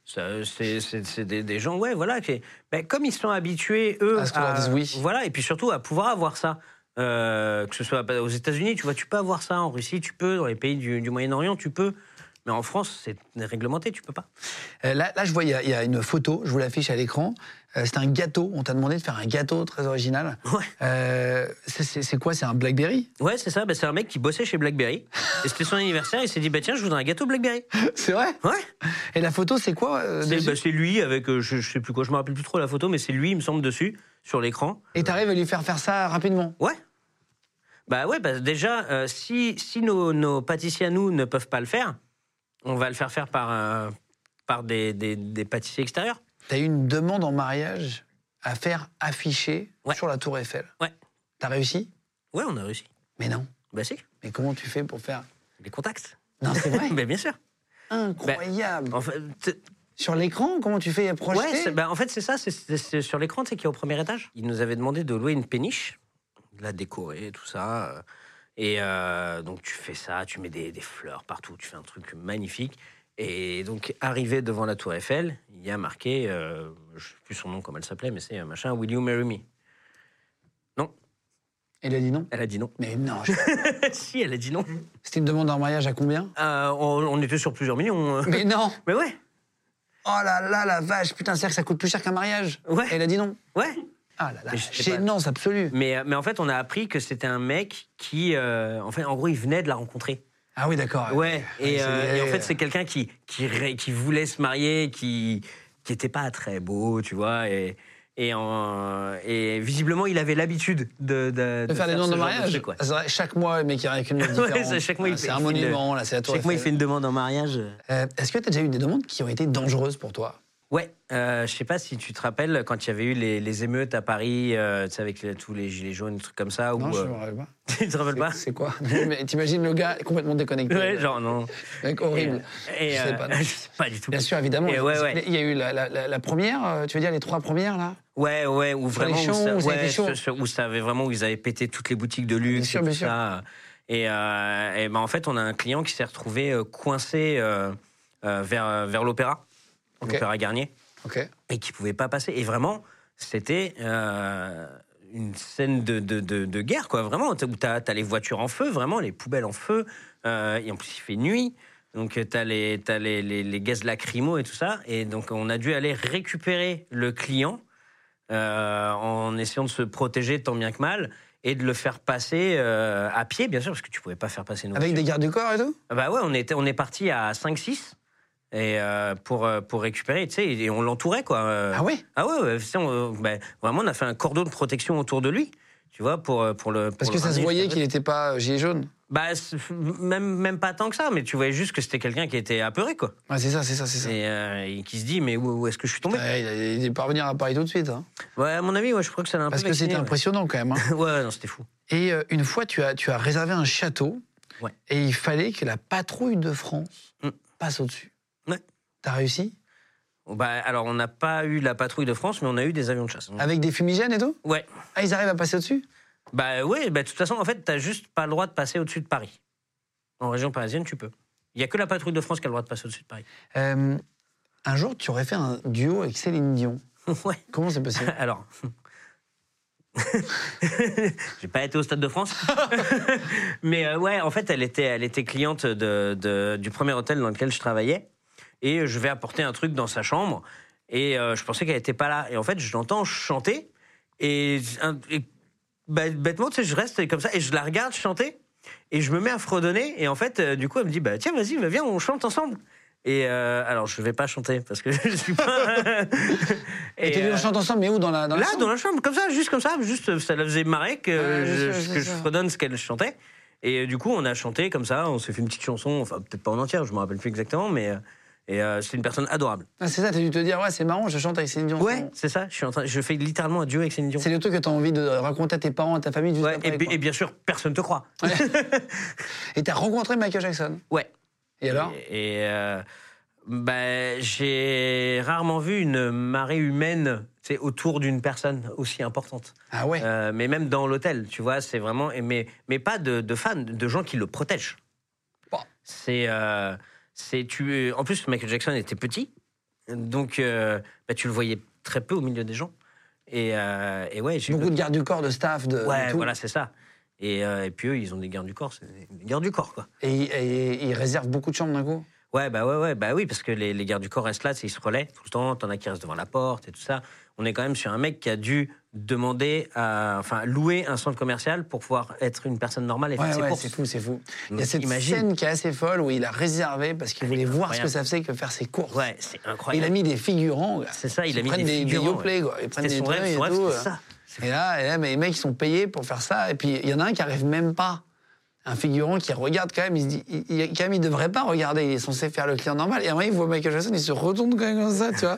Speaker 4: Ça, C'est c'est- c'est des, des gens, ouais, voilà, qui, ben, comme ils sont habitués, eux,
Speaker 3: À ce qu'on leur dise oui.
Speaker 4: Voilà, et puis surtout à pouvoir avoir ça. Euh, que ce soit aux États-Unis, tu vois, tu peux avoir ça. En Russie, tu peux. Dans les pays du, du Moyen-Orient, tu peux. Mais en France, c'est réglementé, tu peux pas.
Speaker 3: Euh, Là, là, je vois, il y, a- il y a une photo, je vous l'affiche à l'écran. Euh, c'est un gâteau, on t'a demandé de faire un gâteau très original.
Speaker 4: Ouais.
Speaker 3: Euh, c'est- c'est c'est quoi C'est un Blackberry
Speaker 4: Ouais, c'est ça. ben, c'est un mec qui bossait chez Blackberry. et c'était son anniversaire. Il s'est dit, bah tiens, je voudrais un gâteau Blackberry.
Speaker 3: C'est vrai
Speaker 4: Ouais.
Speaker 3: Et la photo, c'est quoi euh,
Speaker 4: C'est
Speaker 3: dessus
Speaker 4: bah, c'est lui avec, euh, je, je sais plus quoi, je me rappelle plus trop la photo, mais c'est lui, il me semble, dessus, sur l'écran.
Speaker 3: Et t'arrives à lui faire faire ça rapidement
Speaker 4: Ouais. Bah ouais, bah déjà, euh, si, si nos, nos pâtissiers à nous ne peuvent pas le faire, on va le faire faire par, euh, par des, des- des pâtissiers extérieurs.
Speaker 3: T'as eu une demande en mariage à faire afficher
Speaker 4: Ouais.
Speaker 3: sur la Tour Eiffel.
Speaker 4: Ouais.
Speaker 3: T'as réussi
Speaker 4: Ouais, on a réussi.
Speaker 3: Mais non.
Speaker 4: Bah si,
Speaker 3: Mais comment tu fais pour faire
Speaker 4: les contacts.
Speaker 3: Non, c'est vrai.
Speaker 4: Bah bien sûr.
Speaker 3: Incroyable.
Speaker 4: En fait, t-
Speaker 3: Sur l'écran, comment tu fais à projeter
Speaker 4: bah, ouais, c'est- bah en fait, c'est ça, c'est- c'est c'est sur l'écran, tu sais, qui est au premier étage. Ils nous avaient demandé de louer une péniche, de la décorer, tout ça. euh, Et euh, donc tu fais ça, tu mets des, des fleurs partout, tu fais un truc magnifique. Et donc, arrivé devant la tour Eiffel, il y a marqué, euh, je sais plus son nom, comment elle s'appelait, mais c'est euh, machin, Will you marry me
Speaker 3: Elle a dit non.
Speaker 4: Elle a dit non.
Speaker 3: Mais non, je-
Speaker 4: si, elle a dit non.
Speaker 3: c'était une demande en mariage à combien
Speaker 4: Euh, on, on était sur plusieurs millions. euh.
Speaker 3: Mais non
Speaker 4: Mais ouais,
Speaker 3: Oh là là, la vache, putain, c'est-à-dire que ça coûte plus cher qu'un mariage
Speaker 4: Ouais.
Speaker 3: Elle a dit non.
Speaker 4: ouais.
Speaker 3: Ah là là,
Speaker 4: Mais je sais pas.
Speaker 3: gênance absolue.
Speaker 4: Mais, euh, mais en fait, on a appris que c'était un mec qui, euh, en fait, en gros, il venait de la rencontrer.
Speaker 3: Ah oui, d'accord.
Speaker 4: Ouais, et,
Speaker 3: c'est-
Speaker 4: euh, et en fait, c'est quelqu'un qui, qui, ré- qui voulait se marier, qui n'était pas très beau, tu vois. Et, et, en- et visiblement, il avait l'habitude de, de,
Speaker 3: De faire des demandes
Speaker 4: ce
Speaker 3: de
Speaker 4: genre
Speaker 3: mariage
Speaker 4: truc, ouais.
Speaker 3: C'est vrai, Chaque mois, mais qui avec une
Speaker 4: Ouais,
Speaker 3: demande différente.
Speaker 4: c'est- chaque mois, il
Speaker 3: Ah,
Speaker 4: fait-
Speaker 3: C'est un
Speaker 4: il fait une-
Speaker 3: monument, là, c'est la tour
Speaker 4: Chaque fois, il fait
Speaker 3: Eiffel.
Speaker 4: une demande en mariage.
Speaker 3: Euh, Est-ce que tu as déjà eu des demandes qui ont été dangereuses pour toi
Speaker 4: Ouais, euh, je sais pas si tu te rappelles quand il y avait eu les, les émeutes à Paris, euh, tu sais, avec les- tous les gilets jaunes, trucs comme ça.
Speaker 3: Non,
Speaker 4: où,
Speaker 3: je
Speaker 4: euh,
Speaker 3: me rappelle pas.
Speaker 4: tu te rappelles pas
Speaker 3: C'est quoi Mais T'imagines le gars complètement déconnecté.
Speaker 4: Ouais, genre non.
Speaker 3: Mec horrible.
Speaker 4: Et,
Speaker 3: Je
Speaker 4: euh,
Speaker 3: sais pas.
Speaker 4: je sais pas du tout.
Speaker 3: Bien sûr, évidemment.
Speaker 4: Et ouais, ouais.
Speaker 3: Il y a eu la, la- la- la première, euh, tu veux dire les trois premières, là
Speaker 4: Ouais, ouais, ou
Speaker 3: Sur les
Speaker 4: vraiment où
Speaker 3: champs,
Speaker 4: ça,
Speaker 3: où ça a
Speaker 4: ouais,
Speaker 3: été chaud.
Speaker 4: ce- ce- où ça avait vraiment où ils avaient pété toutes les boutiques de luxe,
Speaker 3: sûr,
Speaker 4: et tout
Speaker 3: bien sûr.
Speaker 4: ça. Et, euh, et ben en fait, on a un client qui s'est retrouvé euh, coincé euh, euh, vers vers l'opéra,
Speaker 3: Ok.
Speaker 4: l'opéra Garnier,
Speaker 3: Ok.
Speaker 4: et qui pouvait pas passer. Et vraiment, c'était euh, une scène de, de, de, de guerre, quoi. Vraiment, où t'as as les voitures en feu, vraiment les poubelles en feu, euh, et en plus il fait nuit. Donc euh, t'as les, t'as les, les, les gaz lacrymo et tout ça. Et donc on a dû aller récupérer le client euh, en essayant de se protéger tant bien que mal et de le faire passer euh, à pied, bien sûr, parce que tu pouvais pas faire passer nos
Speaker 3: Avec des gardes du corps et tout
Speaker 4: ah Bah ouais, on, était, on est parti à 5-6 et euh, pour, euh, pour récupérer, tu sais, et on l'entourait, quoi. euh.
Speaker 3: Ah oui
Speaker 4: Ah ouais, ouais, tu sais, on- bah, vraiment, on a fait un cordon de protection autour de lui, tu vois, pour, euh, pour le... pour
Speaker 3: Parce
Speaker 4: le
Speaker 3: que ça se
Speaker 4: ramener
Speaker 3: voyait
Speaker 4: jusqu'à-
Speaker 3: qu'il n'était pas euh, gilet jaune.
Speaker 4: Bah, c'est- même, même pas tant que ça, mais tu voyais juste que c'était quelqu'un qui était apeuré, quoi.
Speaker 3: Ouais, c'est ça, c'est ça, c'est ça.
Speaker 4: Et, euh, et qui se dit, mais où, où est-ce que je suis tombé
Speaker 3: Ouais, il a- il n'est pas revenu à Paris tout de suite. hein.
Speaker 4: Ouais, à mon avis, ouais, je crois que ça l'a un
Speaker 3: Parce
Speaker 4: peu
Speaker 3: que c'était
Speaker 4: vacciné,
Speaker 3: impressionnant quand même. hein.
Speaker 4: ouais. Ouais, non, c'était fou.
Speaker 3: Et euh, une fois, tu as, tu as réservé un château
Speaker 4: Ouais.
Speaker 3: et il fallait que la patrouille de France
Speaker 4: Mm.
Speaker 3: passe au-dessus.
Speaker 4: Ouais.
Speaker 3: T'as réussi
Speaker 4: Bah, alors, on n'a pas eu la patrouille de France, mais on a eu des avions de chasse.
Speaker 3: Avec des fumigènes et tout
Speaker 4: Ouais.
Speaker 3: Ah, ils arrivent à passer au-dessus
Speaker 4: Bah oui, bah, de toute façon, en fait, t'as juste pas le droit de passer au-dessus de Paris. En région parisienne, tu peux. Il n'y a que la patrouille de France qui a le droit de passer au-dessus de Paris.
Speaker 3: Euh, Un jour, tu aurais fait un duo avec Céline Dion.
Speaker 4: Ouais.
Speaker 3: Comment c'est possible
Speaker 4: Alors. J'ai pas été au Stade de France. Mais euh, ouais, en fait, elle était, elle était cliente de, de- du premier hôtel dans lequel je travaillais. Et je vais apporter un truc dans sa chambre. Et euh, je pensais qu'elle était pas là. Et en fait, je l'entends chanter. Et, un- et bah, bêtement, tu sais, je reste comme ça. Et je la regarde chanter. Et je me mets à fredonner. Et en fait, euh, du coup, elle me dit bah, Tiens, vas-y, bah, viens, on chante ensemble. Et euh, alors, je vais pas chanter parce que je suis pas.
Speaker 3: Et t'es dit,
Speaker 4: euh,
Speaker 3: on chante ensemble, mais où Dans la, dans la
Speaker 4: Là,
Speaker 3: chambre
Speaker 4: dans la chambre, comme ça, juste comme ça, juste ça la faisait marrer que,
Speaker 3: Ouais, bien
Speaker 4: je,
Speaker 3: sûr, bien
Speaker 4: que je
Speaker 3: sûr.
Speaker 4: fredonne ce qu'elle chantait. Et euh, du coup, on a chanté comme ça, on s'est fait une petite chanson, enfin peut-être pas en entière, je me rappelle plus exactement, mais euh, et euh, c'est une personne adorable.
Speaker 3: Ah, c'est ça, t'as dû te dire, ouais, c'est marrant, je chante avec Céline Dion.
Speaker 4: Ouais, c'est ça. Je suis en train, je fais littéralement un duo avec Céline Dion.
Speaker 3: C'est le truc que t'as envie de raconter à tes parents, à ta famille, juste
Speaker 4: Ouais,
Speaker 3: après,
Speaker 4: et, bi-
Speaker 3: quoi.
Speaker 4: et bien sûr, personne te croit.
Speaker 3: Et t'as rencontré Michael Jackson.
Speaker 4: Ouais.
Speaker 3: Et alors
Speaker 4: Et, et, euh, bah, j'ai rarement vu une marée humaine, tu sais, autour d'une personne aussi importante.
Speaker 3: Ah ouais.
Speaker 4: Euh, mais même dans l'hôtel, tu vois, c'est vraiment. et Mais, mais pas de, de fans, de gens qui le protègent.
Speaker 3: Bon.
Speaker 4: C'est. euh, c'est- tu, en plus, Michael Jackson était petit, donc euh, bah, tu le voyais très peu au milieu des gens. Et, euh, et ouais, j'ai.
Speaker 3: Beaucoup de gardes du corps, de staff, de, de
Speaker 4: Ouais,
Speaker 3: tout.
Speaker 4: voilà, c'est ça. Et, euh, et puis eux, ils ont des gardes du corps, c'est des gardes du corps, quoi.
Speaker 3: Et, et- et ils réservent beaucoup de chambres d'un coup.
Speaker 4: Ouais, bah ouais, ouais, bah oui, parce que les, les gardes du corps restent là, tu sais, ils se relaient tout le temps, t'en as qui restent devant la porte et tout ça. On est quand même sur un mec qui a dû demander, à, enfin, louer un centre commercial pour pouvoir être une personne normale et faire
Speaker 3: Ouais,
Speaker 4: ses
Speaker 3: ouais,
Speaker 4: courses.
Speaker 3: c'est fou, c'est fou. Il y a
Speaker 4: Donc,
Speaker 3: cette
Speaker 4: imagine.
Speaker 3: scène qui est assez folle où il a réservé parce qu'il voulait voir ce que
Speaker 4: incroyable.
Speaker 3: ça faisait que faire ses courses.
Speaker 4: Ouais, c'est
Speaker 3: Il
Speaker 4: incroyable.
Speaker 3: a mis des figurants. gars.
Speaker 4: C'est ça, il
Speaker 3: Ils
Speaker 4: a mis
Speaker 3: prennent
Speaker 4: des figurants,
Speaker 3: Des Yoplait,
Speaker 4: ouais.
Speaker 3: quoi. Ils prennent
Speaker 4: C'était
Speaker 3: des
Speaker 4: son rêve,
Speaker 3: trucs et
Speaker 4: son rêve,
Speaker 3: tout. euh.
Speaker 4: c'était ça.
Speaker 3: Et là, et là, mais les mecs, ils sont payés pour faire ça. Et puis, il y en a un qui arrive même pas. Un figurant qui regarde quand même, il se dit, il, il- quand même, il devrait pas regarder. Il est censé faire le client normal. Et après, il voit Michael Jackson, il se retourne quand même comme ça, tu vois.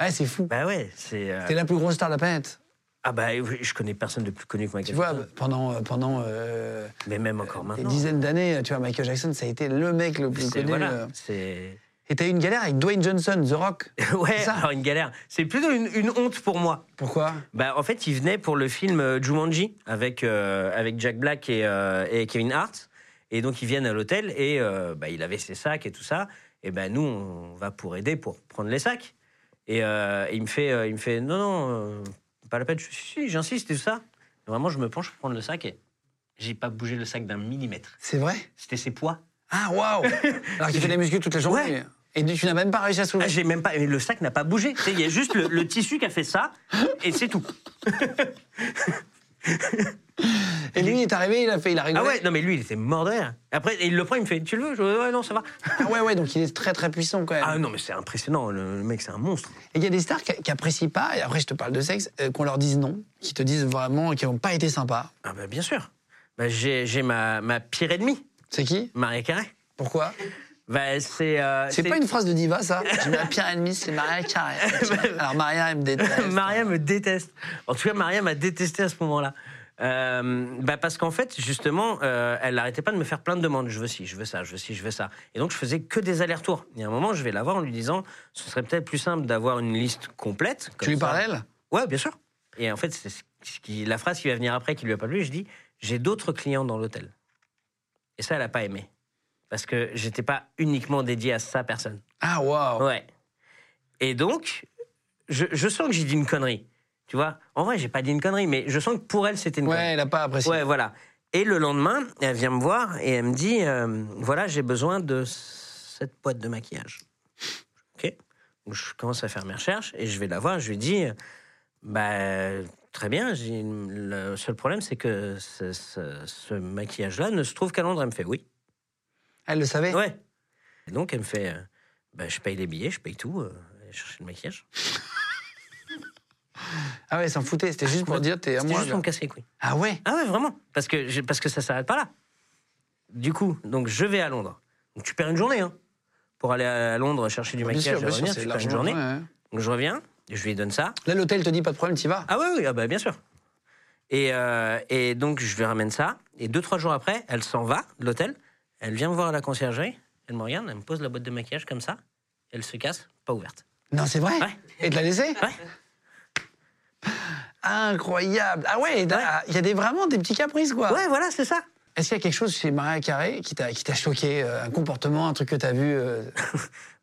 Speaker 3: Ouais, c'est fou.
Speaker 4: Bah ouais, c'est. euh,
Speaker 3: T'es la plus grosse star de la planète.
Speaker 4: Ah bah oui, je connais personne de plus connu que
Speaker 3: Tu
Speaker 4: Michael
Speaker 3: vois,
Speaker 4: Jackson.
Speaker 3: pendant, pendant euh,
Speaker 4: Mais même encore
Speaker 3: des
Speaker 4: maintenant. euh,
Speaker 3: dizaines d'années, tu vois, Michael Jackson, ça a été le mec le plus
Speaker 4: C'est-
Speaker 3: connu. euh.
Speaker 4: Voilà, c'est.
Speaker 3: Et t'as eu une galère avec Dwayne Johnson, The Rock.
Speaker 4: Ouais,
Speaker 3: C'est ça.
Speaker 4: alors une galère. C'est plutôt une, une honte pour moi.
Speaker 3: Pourquoi
Speaker 4: Bah, en fait, il venait pour le film euh, Jumanji avec, euh, avec Jack Black et, euh, et Kevin Hart. Et donc, ils viennent à l'hôtel et euh, bah, il avait ses sacs et tout ça. Et ben nous, on va pour aider, pour prendre les sacs. Et, euh, et il, me fait, euh, il me fait Non, non, euh, pas la peine. Je, si, si, j'insiste et tout ça. Et vraiment, je me penche pour prendre le sac et j'ai pas bougé le sac d'un millimètre.
Speaker 3: C'est vrai
Speaker 4: C'était ses poids.
Speaker 3: Ah, waouh Alors qu'il fait des muscles toute la journée.
Speaker 4: Ouais.
Speaker 3: Et tu n'as même pas réussi à
Speaker 4: Ah,
Speaker 3: soulever.
Speaker 4: j'ai même pas. Le sac n'a pas bougé. Tu sais, Il y a juste le, le tissu qui a fait ça et c'est tout.
Speaker 3: et lui, il est arrivé, il a fait, il a
Speaker 4: Ah
Speaker 3: rigolé.
Speaker 4: ouais, non, mais lui, il était mort de rire. Après, il le prend, il me fait Tu le veux Je- Ouais, non, ça va.
Speaker 3: Ah ouais, ouais, donc il est très très puissant quand même.
Speaker 4: Ah non, mais c'est impressionnant, le, le mec, c'est un monstre.
Speaker 3: et il y a des stars qui qui apprécient pas, et après je te parle de sexe, euh, qu'on leur dise non, qui te disent vraiment qu'ils n'ont pas été sympas.
Speaker 4: Ah bah, bien sûr. Bah, j'ai j'ai ma, ma pire ennemie,
Speaker 3: C'est qui
Speaker 4: Maria Carré.
Speaker 3: Pourquoi
Speaker 4: Bah, c'est. euh,
Speaker 3: C'est
Speaker 4: c'est-
Speaker 3: pas une phrase de diva ça J'ai ma pire ennemie, c'est Maria Carré. Alors Maria, elle me déteste.
Speaker 4: Maria me déteste. En tout cas, Maria m'a détesté à ce moment-là. Euh, bah, parce qu'en fait, justement, euh, elle n'arrêtait pas de me faire plein de demandes. Je veux ci, je veux ça, je veux ci, je veux ça. Et donc, je faisais que des allers-retours. Il y a un moment, je vais la voir en lui disant Ce serait peut-être plus simple d'avoir une liste complète.
Speaker 3: Tu
Speaker 4: comme
Speaker 3: lui
Speaker 4: ça.
Speaker 3: parles elle
Speaker 4: Ouais, bien sûr. Et en fait, c'est ce ce qui, la phrase qui va venir après, qui lui a pas plu, je dis J'ai d'autres clients dans l'hôtel. Et ça, elle n'a pas aimé. Parce que j'étais pas uniquement dédié à sa personne.
Speaker 3: Ah waouh
Speaker 4: Ouais. Et donc, je, je sens que j'ai dit une connerie. Tu vois En vrai, j'ai pas dit une connerie, mais je sens que pour elle, c'était une
Speaker 3: Ouais, elle a pas
Speaker 4: connerie.
Speaker 3: apprécié.
Speaker 4: Ouais, voilà. Et le lendemain, elle vient me voir et elle me dit euh, Voilà, j'ai besoin de cette boîte de maquillage. Ok Donc, Je commence à faire mes recherches et je vais la voir. Je lui dis euh, Bah. Très bien, j'ai- le seul problème c'est que ce, ce- ce maquillage-là ne se trouve qu'à Londres. Elle me fait oui.
Speaker 3: Elle le savait
Speaker 4: Ouais. Et donc, elle me fait euh, bah, je paye les billets, je paye tout, euh, allez chercher le maquillage.
Speaker 3: Ah ouais, elle s'en foutait, c'était juste pour dire t'es à
Speaker 4: C'était
Speaker 3: moi.
Speaker 4: juste
Speaker 3: là.
Speaker 4: pour me casser les couilles.
Speaker 3: Ah ouais
Speaker 4: Ah ouais, vraiment Parce que, je- parce que ça s'arrête pas là. Du coup, donc je vais à Londres. Donc, tu perds une journée, hein, Pour aller à Londres chercher du
Speaker 3: Bien
Speaker 4: maquillage
Speaker 3: sûr,
Speaker 4: et
Speaker 3: bien sûr,
Speaker 4: revenir,
Speaker 3: c'est
Speaker 4: tu perds une
Speaker 3: largement-
Speaker 4: journée.
Speaker 3: ouais, ouais.
Speaker 4: Donc je reviens, je lui donne ça.
Speaker 3: Là, l'hôtel te dit pas de problème, t'y vas.
Speaker 4: Ah ouais, oui, ah bah, bien sûr. Et, euh, et donc je lui ramène ça. Et deux, trois jours après, elle s'en va de l'hôtel. Elle vient me voir à la conciergerie. Elle me regarde, elle me pose la boîte de maquillage comme ça. Elle se casse, pas ouverte.
Speaker 3: Non, c'est vrai
Speaker 4: Ouais.
Speaker 3: Et de la laisser
Speaker 4: Ouais.
Speaker 3: Incroyable. Ah ouais, il y a- il y a des, vraiment des petits caprices, quoi.
Speaker 4: Ouais, voilà, c'est ça.
Speaker 3: Est-ce qu'il y a quelque chose chez Maria Carré qui t'a qui t'a choqué euh, Un comportement, un truc que t'as vu euh,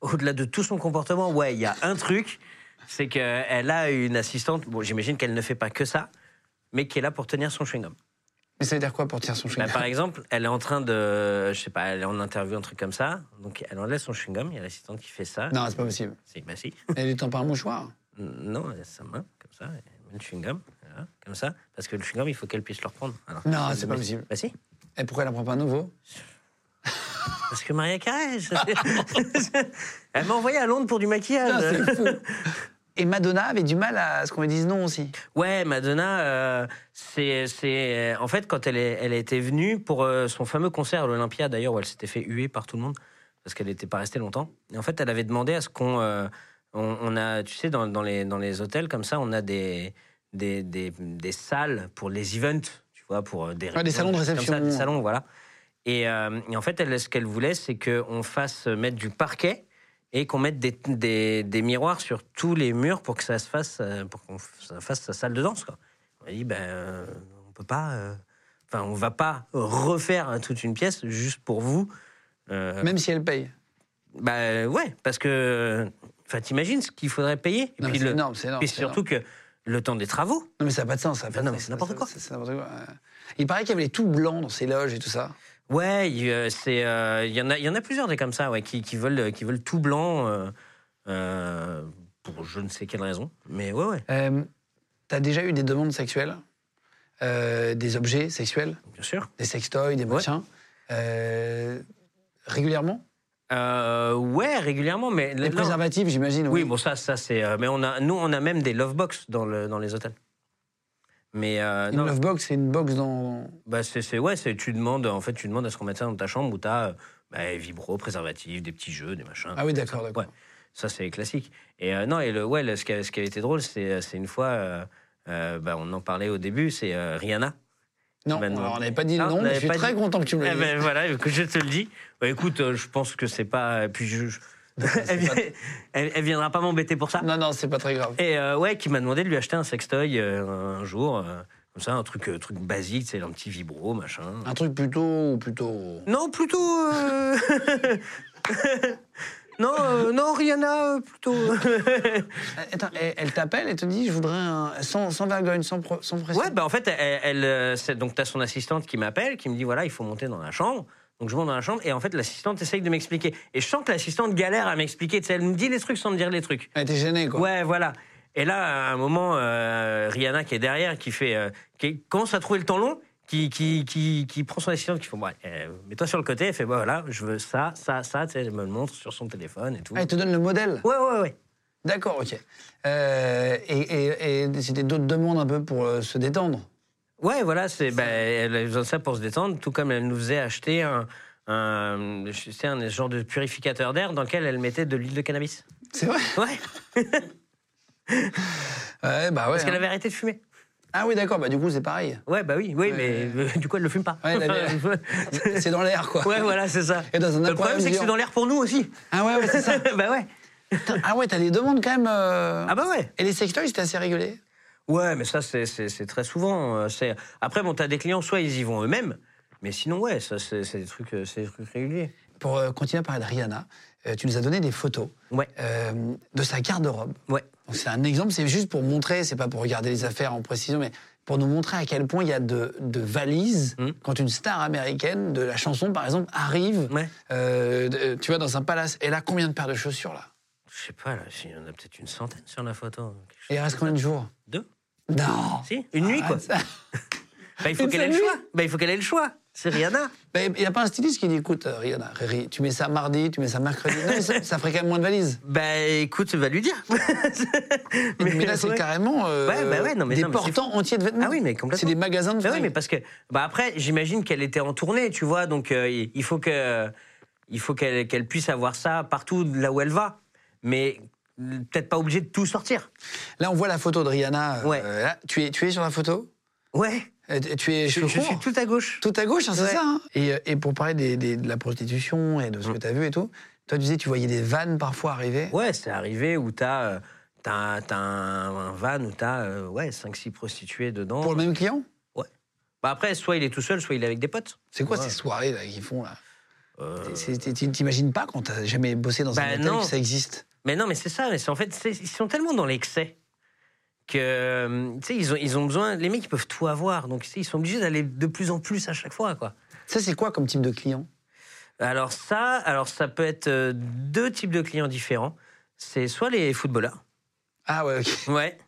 Speaker 4: au-delà de tout son comportement, ouais, il y a un truc, c'est qu'elle a une assistante, bon, j'imagine qu'elle ne fait pas que ça, mais qui est là pour tenir son chewing-gum.
Speaker 3: Mais ça veut dire quoi pour tirer son chewing
Speaker 4: Bah, par exemple, elle est en train de. Je sais pas, elle est en interview, un truc comme ça. Donc, elle enlève son chewing-gum. Il y a l'assistante qui fait ça.
Speaker 3: Non, c'est pas possible.
Speaker 4: Si, bah si.
Speaker 3: Elle lui tend pas un mouchoir.
Speaker 4: Non, elle a sa main, comme ça. Elle met le chewing-gum, voilà, comme ça. Parce que le chewing-gum, il faut qu'elle puisse le reprendre. Alors,
Speaker 3: Non,
Speaker 4: elle
Speaker 3: c'est
Speaker 4: le
Speaker 3: pas
Speaker 4: met-
Speaker 3: possible.
Speaker 4: Bah si.
Speaker 3: Et pourquoi elle en prend pas un nouveau
Speaker 4: Parce que Maria Carré. ça, c'est- elle m'a envoyé à Londres pour du
Speaker 3: Ah,
Speaker 4: maquillage.
Speaker 3: c'est fou. Et Madonna avait du mal à ce qu'on lui dise non aussi.
Speaker 4: Ouais, Madonna, euh, c'est, c'est- euh, En fait, quand elle, est- elle était venue pour euh, son fameux concert à l'Olympia, d'ailleurs, où elle s'était fait huer par tout le monde, parce qu'elle n'était pas restée longtemps. Et en fait, elle avait demandé à ce qu'on. euh, on, on a, tu sais, dans, dans les, dans les hôtels comme ça, on a des, des, des- des salles pour les events, tu vois, pour euh, des.
Speaker 3: Ouais, des salons de
Speaker 4: comme ça,
Speaker 3: réception.
Speaker 4: des salons, voilà. Et, euh, et en fait, elle, ce qu'elle voulait, c'est qu'on fasse mettre du parquet et qu'on mette des, des- des miroirs sur tous les murs pour que ça se fasse, euh, pour qu'on f- ça fasse sa salle de danse. Quoi. On a dit, ben, euh, on peut pas, euh, enfin, on va pas refaire hein, toute une pièce juste pour vous. Euh,
Speaker 3: Même si elle paye.
Speaker 4: bah euh, ouais, parce que, enfin, t'imagines ce qu'il faudrait payer. Et
Speaker 3: Non, mais
Speaker 4: puis
Speaker 3: c'est
Speaker 4: le-
Speaker 3: énorme, c'est énorme.
Speaker 4: puis
Speaker 3: c'est
Speaker 4: surtout que le temps des travaux.
Speaker 3: énorme. Non, mais ça n'a pas de sens. Ça a pas de
Speaker 4: Non, non,
Speaker 3: sens.
Speaker 4: mais c'est n'importe quoi.
Speaker 3: C'est c'est n'importe quoi. ouais. Il paraît qu'il y avait les tout blancs dans ses loges et tout ça.
Speaker 4: Ouais, il euh, c'est, euh, il y, en a- il y en a plusieurs des comme ça, ouais, qui, qui veulent, qui veulent tout blanc euh, euh, pour je ne sais quelle raison. Mais ouais, ouais,
Speaker 3: Euh, T'as déjà eu des demandes sexuelles euh, Des objets sexuels
Speaker 4: bien sûr.
Speaker 3: Des sextoys, des
Speaker 4: Ouais.
Speaker 3: machins euh, Régulièrement
Speaker 4: Euh, ouais, régulièrement, mais
Speaker 3: Les
Speaker 4: là-
Speaker 3: préservatifs, j'imagine.
Speaker 4: oui,
Speaker 3: Oui,
Speaker 4: bon ça, ça c'est. euh, mais on a, nous, on a même des love box dans le dans les hôtels. Mais euh,
Speaker 3: Une
Speaker 4: non,
Speaker 3: love box, c'est une box dans.
Speaker 4: bah c'est c'est- ouais, c'est tu demandes en fait, tu demandes à ce qu'on mette ça dans ta chambre où t'as euh, bah, vibro, préservatif, des petits jeux, des machins.
Speaker 3: Ah oui, d'accord, d'accord.
Speaker 4: Ouais. Ça, c'est classique. Et euh, non, et le, ouais, le- ce, qui a, ce qui a été drôle, c'est c'est une fois, euh, euh, bah, on en parlait au début, c'est euh, Rihanna.
Speaker 3: Non,
Speaker 4: Ben non.
Speaker 3: alors, on n'avait pas dit
Speaker 4: Ah, on
Speaker 3: non, mais
Speaker 4: n'avait
Speaker 3: je suis
Speaker 4: pas
Speaker 3: très
Speaker 4: dit.
Speaker 3: content que tu me
Speaker 4: Eh
Speaker 3: l'aies
Speaker 4: ben, voilà, écoute, je te le dis. Bah, écoute, euh, je pense que c'est pas. et Puis je, je- elle,
Speaker 3: pas-
Speaker 4: elle- elle viendra pas m'embêter pour ça.
Speaker 3: dit. Non, non, c'est pas très grave.
Speaker 4: Et euh, ouais, qui m'a demandé de lui acheter un sextoy euh, un jour, euh, comme ça, un truc, euh, truc basique, c'est un petit vibro, machin.
Speaker 3: Un truc plutôt. plutôt...
Speaker 4: Non, plutôt. euh, non, euh, non, Rihanna, euh, plutôt.
Speaker 3: Euh,
Speaker 4: Eh,
Speaker 3: Attends, elle, elle t'appelle et te dit je voudrais un. Sans, sans vergogne, sans, pro- sans pression.
Speaker 4: Ouais, bah en fait, elle, elle, euh, c'est- donc t'as son assistante qui m'appelle, qui me dit voilà, il faut monter dans la chambre. Donc je monte dans la chambre et en fait l'assistante essaye de m'expliquer. Et je sens que l'assistante galère à m'expliquer. Tu sais, elle me dit les trucs sans me dire les trucs.
Speaker 3: Elle était gênée, quoi.
Speaker 4: Ouais, voilà. Et là, à un moment, euh, Rihanna qui est derrière, qui fait, euh, qui commence à trouver le temps long, qui qui, qui, qui prend son assistante, qui fait ouais, euh, mets-toi sur le côté. Elle fait bah, voilà, je veux ça, ça, ça. Tu sais, elle me le montre sur son téléphone et tout.
Speaker 3: Ah, elle te donne le modèle.
Speaker 4: Ouais, ouais, ouais.
Speaker 3: D'accord, ok. Euh, et et- et c'était d'autres demandes un peu pour euh, se détendre.
Speaker 4: Ouais, voilà, c'est, bah, elle avait besoin de ça pour se détendre, tout comme elle nous faisait acheter un, un, je sais, un genre de purificateur d'air dans lequel elle mettait de l'huile de cannabis.
Speaker 3: C'est vrai
Speaker 4: Ouais,
Speaker 3: Ouais, bah ouais.
Speaker 4: parce qu'elle
Speaker 3: hein.
Speaker 4: avait arrêté de fumer.
Speaker 3: Ah oui, d'accord, bah du coup, c'est pareil.
Speaker 4: Ouais, bah oui, oui, mais euh, du coup, elle ne le fume pas.
Speaker 3: Ouais, elle avait-
Speaker 4: ouais,
Speaker 3: c'est dans l'air, quoi.
Speaker 4: voilà, c'est ça.
Speaker 3: Et dans un
Speaker 4: le problème,
Speaker 3: aquarium
Speaker 4: c'est que
Speaker 3: géant.
Speaker 4: c'est dans l'air pour nous aussi.
Speaker 3: Ah ouais, ouais, c'est ça.
Speaker 4: bah ouais.
Speaker 3: Putain, ah ouais, t'as des demandes quand même. euh.
Speaker 4: Ah bah ouais.
Speaker 3: Et les sextoys, c'était assez régulier.
Speaker 4: Ouais, mais ça, c'est, c'est, c'est très souvent. euh, C'est... Après, bon, t'as des clients, soit ils y vont eux-mêmes, mais sinon, ouais, ça, c'est, c'est des trucs, euh, c'est des trucs réguliers.
Speaker 3: Pour euh, continuer à parler de Rihanna, euh, tu nous as donné des photos
Speaker 4: Ouais.
Speaker 3: euh, de sa garde-robe.
Speaker 4: Ouais.
Speaker 3: Donc c'est un exemple, c'est juste pour montrer, c'est pas pour regarder les affaires en précision, mais pour nous montrer à quel point il y a de, de valises
Speaker 4: Mm.
Speaker 3: quand une star américaine de la chanson, par exemple, arrive,
Speaker 4: Ouais.
Speaker 3: euh, de- euh, tu vois, dans un palace. Elle a combien de paires de chaussures là
Speaker 4: Je sais pas, là, il y en a peut-être une centaine sur la photo. quelque chose.
Speaker 3: Et il reste combien de jours
Speaker 4: Deux
Speaker 3: Non
Speaker 4: Si, une nuit, quoi.
Speaker 3: Ah, ça-
Speaker 4: Bah, il faut
Speaker 3: Une
Speaker 4: qu'elle
Speaker 3: seule
Speaker 4: ait le
Speaker 3: nuit
Speaker 4: choix. Bah, il faut qu'elle ait le choix. C'est Rihanna.
Speaker 3: Mais Ben, Il n'y a pas un styliste qui dit écoute, euh, Rihanna, Riri, tu mets ça mardi, tu mets ça mercredi. Non, mais ça, ça ferait quand même moins de valises.
Speaker 4: Bah, écoute, va lui dire.
Speaker 3: Mais, là, c'est
Speaker 4: ouais.
Speaker 3: carrément euh,
Speaker 4: Ouais, bah ouais, non, mais
Speaker 3: des
Speaker 4: non, mais c'est
Speaker 3: portants entiers de vêtements.
Speaker 4: Ah oui, mais complètement.
Speaker 3: C'est des magasins de
Speaker 4: Bah oui,
Speaker 3: fringues.
Speaker 4: mais parce que. Bah, après, j'imagine qu'elle était en tournée, tu vois, donc euh, il il faut que. Il faut qu'elle qu'elle puisse avoir ça partout là où elle va. Mais peut-être pas obligée de tout sortir.
Speaker 3: Là, on voit la photo de Rihanna. euh,
Speaker 4: Ouais.
Speaker 3: là. tu, es, tu es sur la photo
Speaker 4: Ouais.
Speaker 3: Euh, Tu es
Speaker 4: Je,
Speaker 3: cheveux
Speaker 4: je suis
Speaker 3: courts
Speaker 4: tout à gauche.
Speaker 3: Tout à gauche, hein, c'est
Speaker 4: Ouais.
Speaker 3: ça. hein. et, euh, et pour parler des- des- de la prostitution et de ce que tu as vu et tout, toi, tu disais, tu voyais des vannes parfois arriver.
Speaker 4: Mm. Ouais, c'est arrivé où t'as. euh, T'as t'as un, un van où t'as euh, ouais, 5-6 prostituées dedans.
Speaker 3: Pour le même client
Speaker 4: Bah après, soit il est tout seul, soit il est avec des potes.
Speaker 3: C'est quoi
Speaker 4: Ouais.
Speaker 3: ces soirées là qu'ils font là
Speaker 4: Euh,
Speaker 3: C'est- c'est- Tu T'imagines pas quand t'as jamais bossé dans un
Speaker 4: Bah
Speaker 3: hôtel
Speaker 4: non.
Speaker 3: que ça existe
Speaker 4: Mais non, mais c'est ça. mais c'est- En fait, c'est- ils sont tellement dans l'excès que euh, tu sais, ils ont, ils ont besoin. Les mecs, ils peuvent tout avoir. Donc, tu sais, ils sont obligés d'aller de plus en plus à chaque fois. quoi.
Speaker 3: Ça, c'est quoi comme type de client
Speaker 4: Alors, ça, alors ça peut être euh, deux types de clients différents. C'est soit les footballeurs.
Speaker 3: Ah ouais, ok.
Speaker 4: Ouais.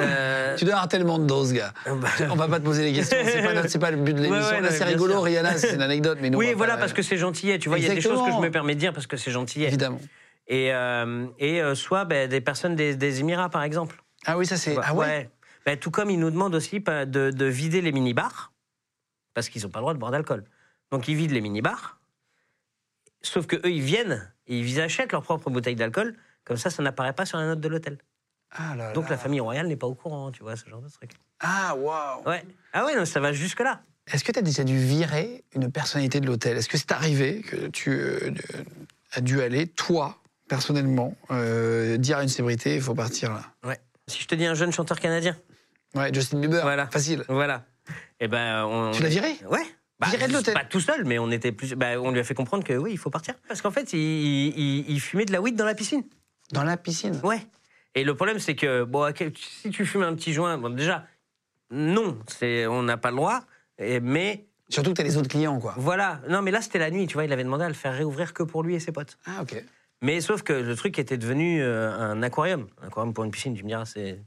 Speaker 4: Euh,
Speaker 3: Tu dois avoir tellement de doses, gars.
Speaker 4: bah,
Speaker 3: On va pas te poser les questions, c'est pas, notre- c'est pas le but de l'émission.
Speaker 4: Ouais, ouais,
Speaker 3: Là,
Speaker 4: non,
Speaker 3: c'est
Speaker 4: mais bien
Speaker 3: rigolo,
Speaker 4: sûr.
Speaker 3: Rihanna, c'est une anecdote, mais nous. on
Speaker 4: oui,
Speaker 3: va
Speaker 4: voilà,
Speaker 3: pas-
Speaker 4: parce que c'est gentillet. Tu vois, il y a des choses que je
Speaker 3: Exactement.
Speaker 4: me permets de dire parce que c'est gentillet.
Speaker 3: Évidemment.
Speaker 4: Et, euh, et euh, soit ben, des personnes des, des Émirats, par exemple.
Speaker 3: Ah oui, ça c'est.
Speaker 4: Bah,
Speaker 3: Ah ouais,
Speaker 4: Bah, tout comme ils nous demandent aussi pas- de, de vider les minibars, parce qu'ils n'ont pas le droit de boire d'alcool. Donc ils vident les minibars, sauf que eux ils viennent et ils achètent leur propre bouteille d'alcool, comme ça, ça n'apparaît pas sur la note de l'hôtel.
Speaker 3: Ah là
Speaker 4: Donc
Speaker 3: là.
Speaker 4: la famille royale n'est pas au courant, tu vois, ce genre de truc.
Speaker 3: Ah waouh.
Speaker 4: Ouais. Ah ouais, non, ça va jusque-là.
Speaker 3: Est-ce que tu as déjà dû virer une personnalité de l'hôtel Est-ce que c'est arrivé que tu euh, euh, as dû aller, toi, personnellement, euh, dire à une célébrité, il faut partir là
Speaker 4: Ouais. Si je te dis un jeune chanteur canadien,
Speaker 3: Ouais, Justin Bieber,
Speaker 4: Voilà.
Speaker 3: facile.
Speaker 4: voilà. Et ben, on,
Speaker 3: Tu l'as viré
Speaker 4: Ouais.
Speaker 3: Viré de l'hôtel.
Speaker 4: Bah, Pas tout seul, mais on était plus. bah, on lui a fait comprendre que oui, il faut partir. Parce qu'en fait, il- il- il- il fumait de la weed dans la piscine.
Speaker 3: Dans la piscine
Speaker 4: Ouais. Et le problème, c'est que bon, ok, si tu fumes un petit joint, bon, déjà, non, c'est, on n'a pas le droit. Et- mais
Speaker 3: Surtout que tu as les autres clients, quoi.
Speaker 4: voilà. Non, mais là, c'était la nuit, tu vois. Il avait demandé à le faire réouvrir que pour lui et ses potes.
Speaker 3: Ah, ok.
Speaker 4: Mais sauf que le truc était devenu euh, un aquarium. Un aquarium pour une piscine, tu me diras, c'est.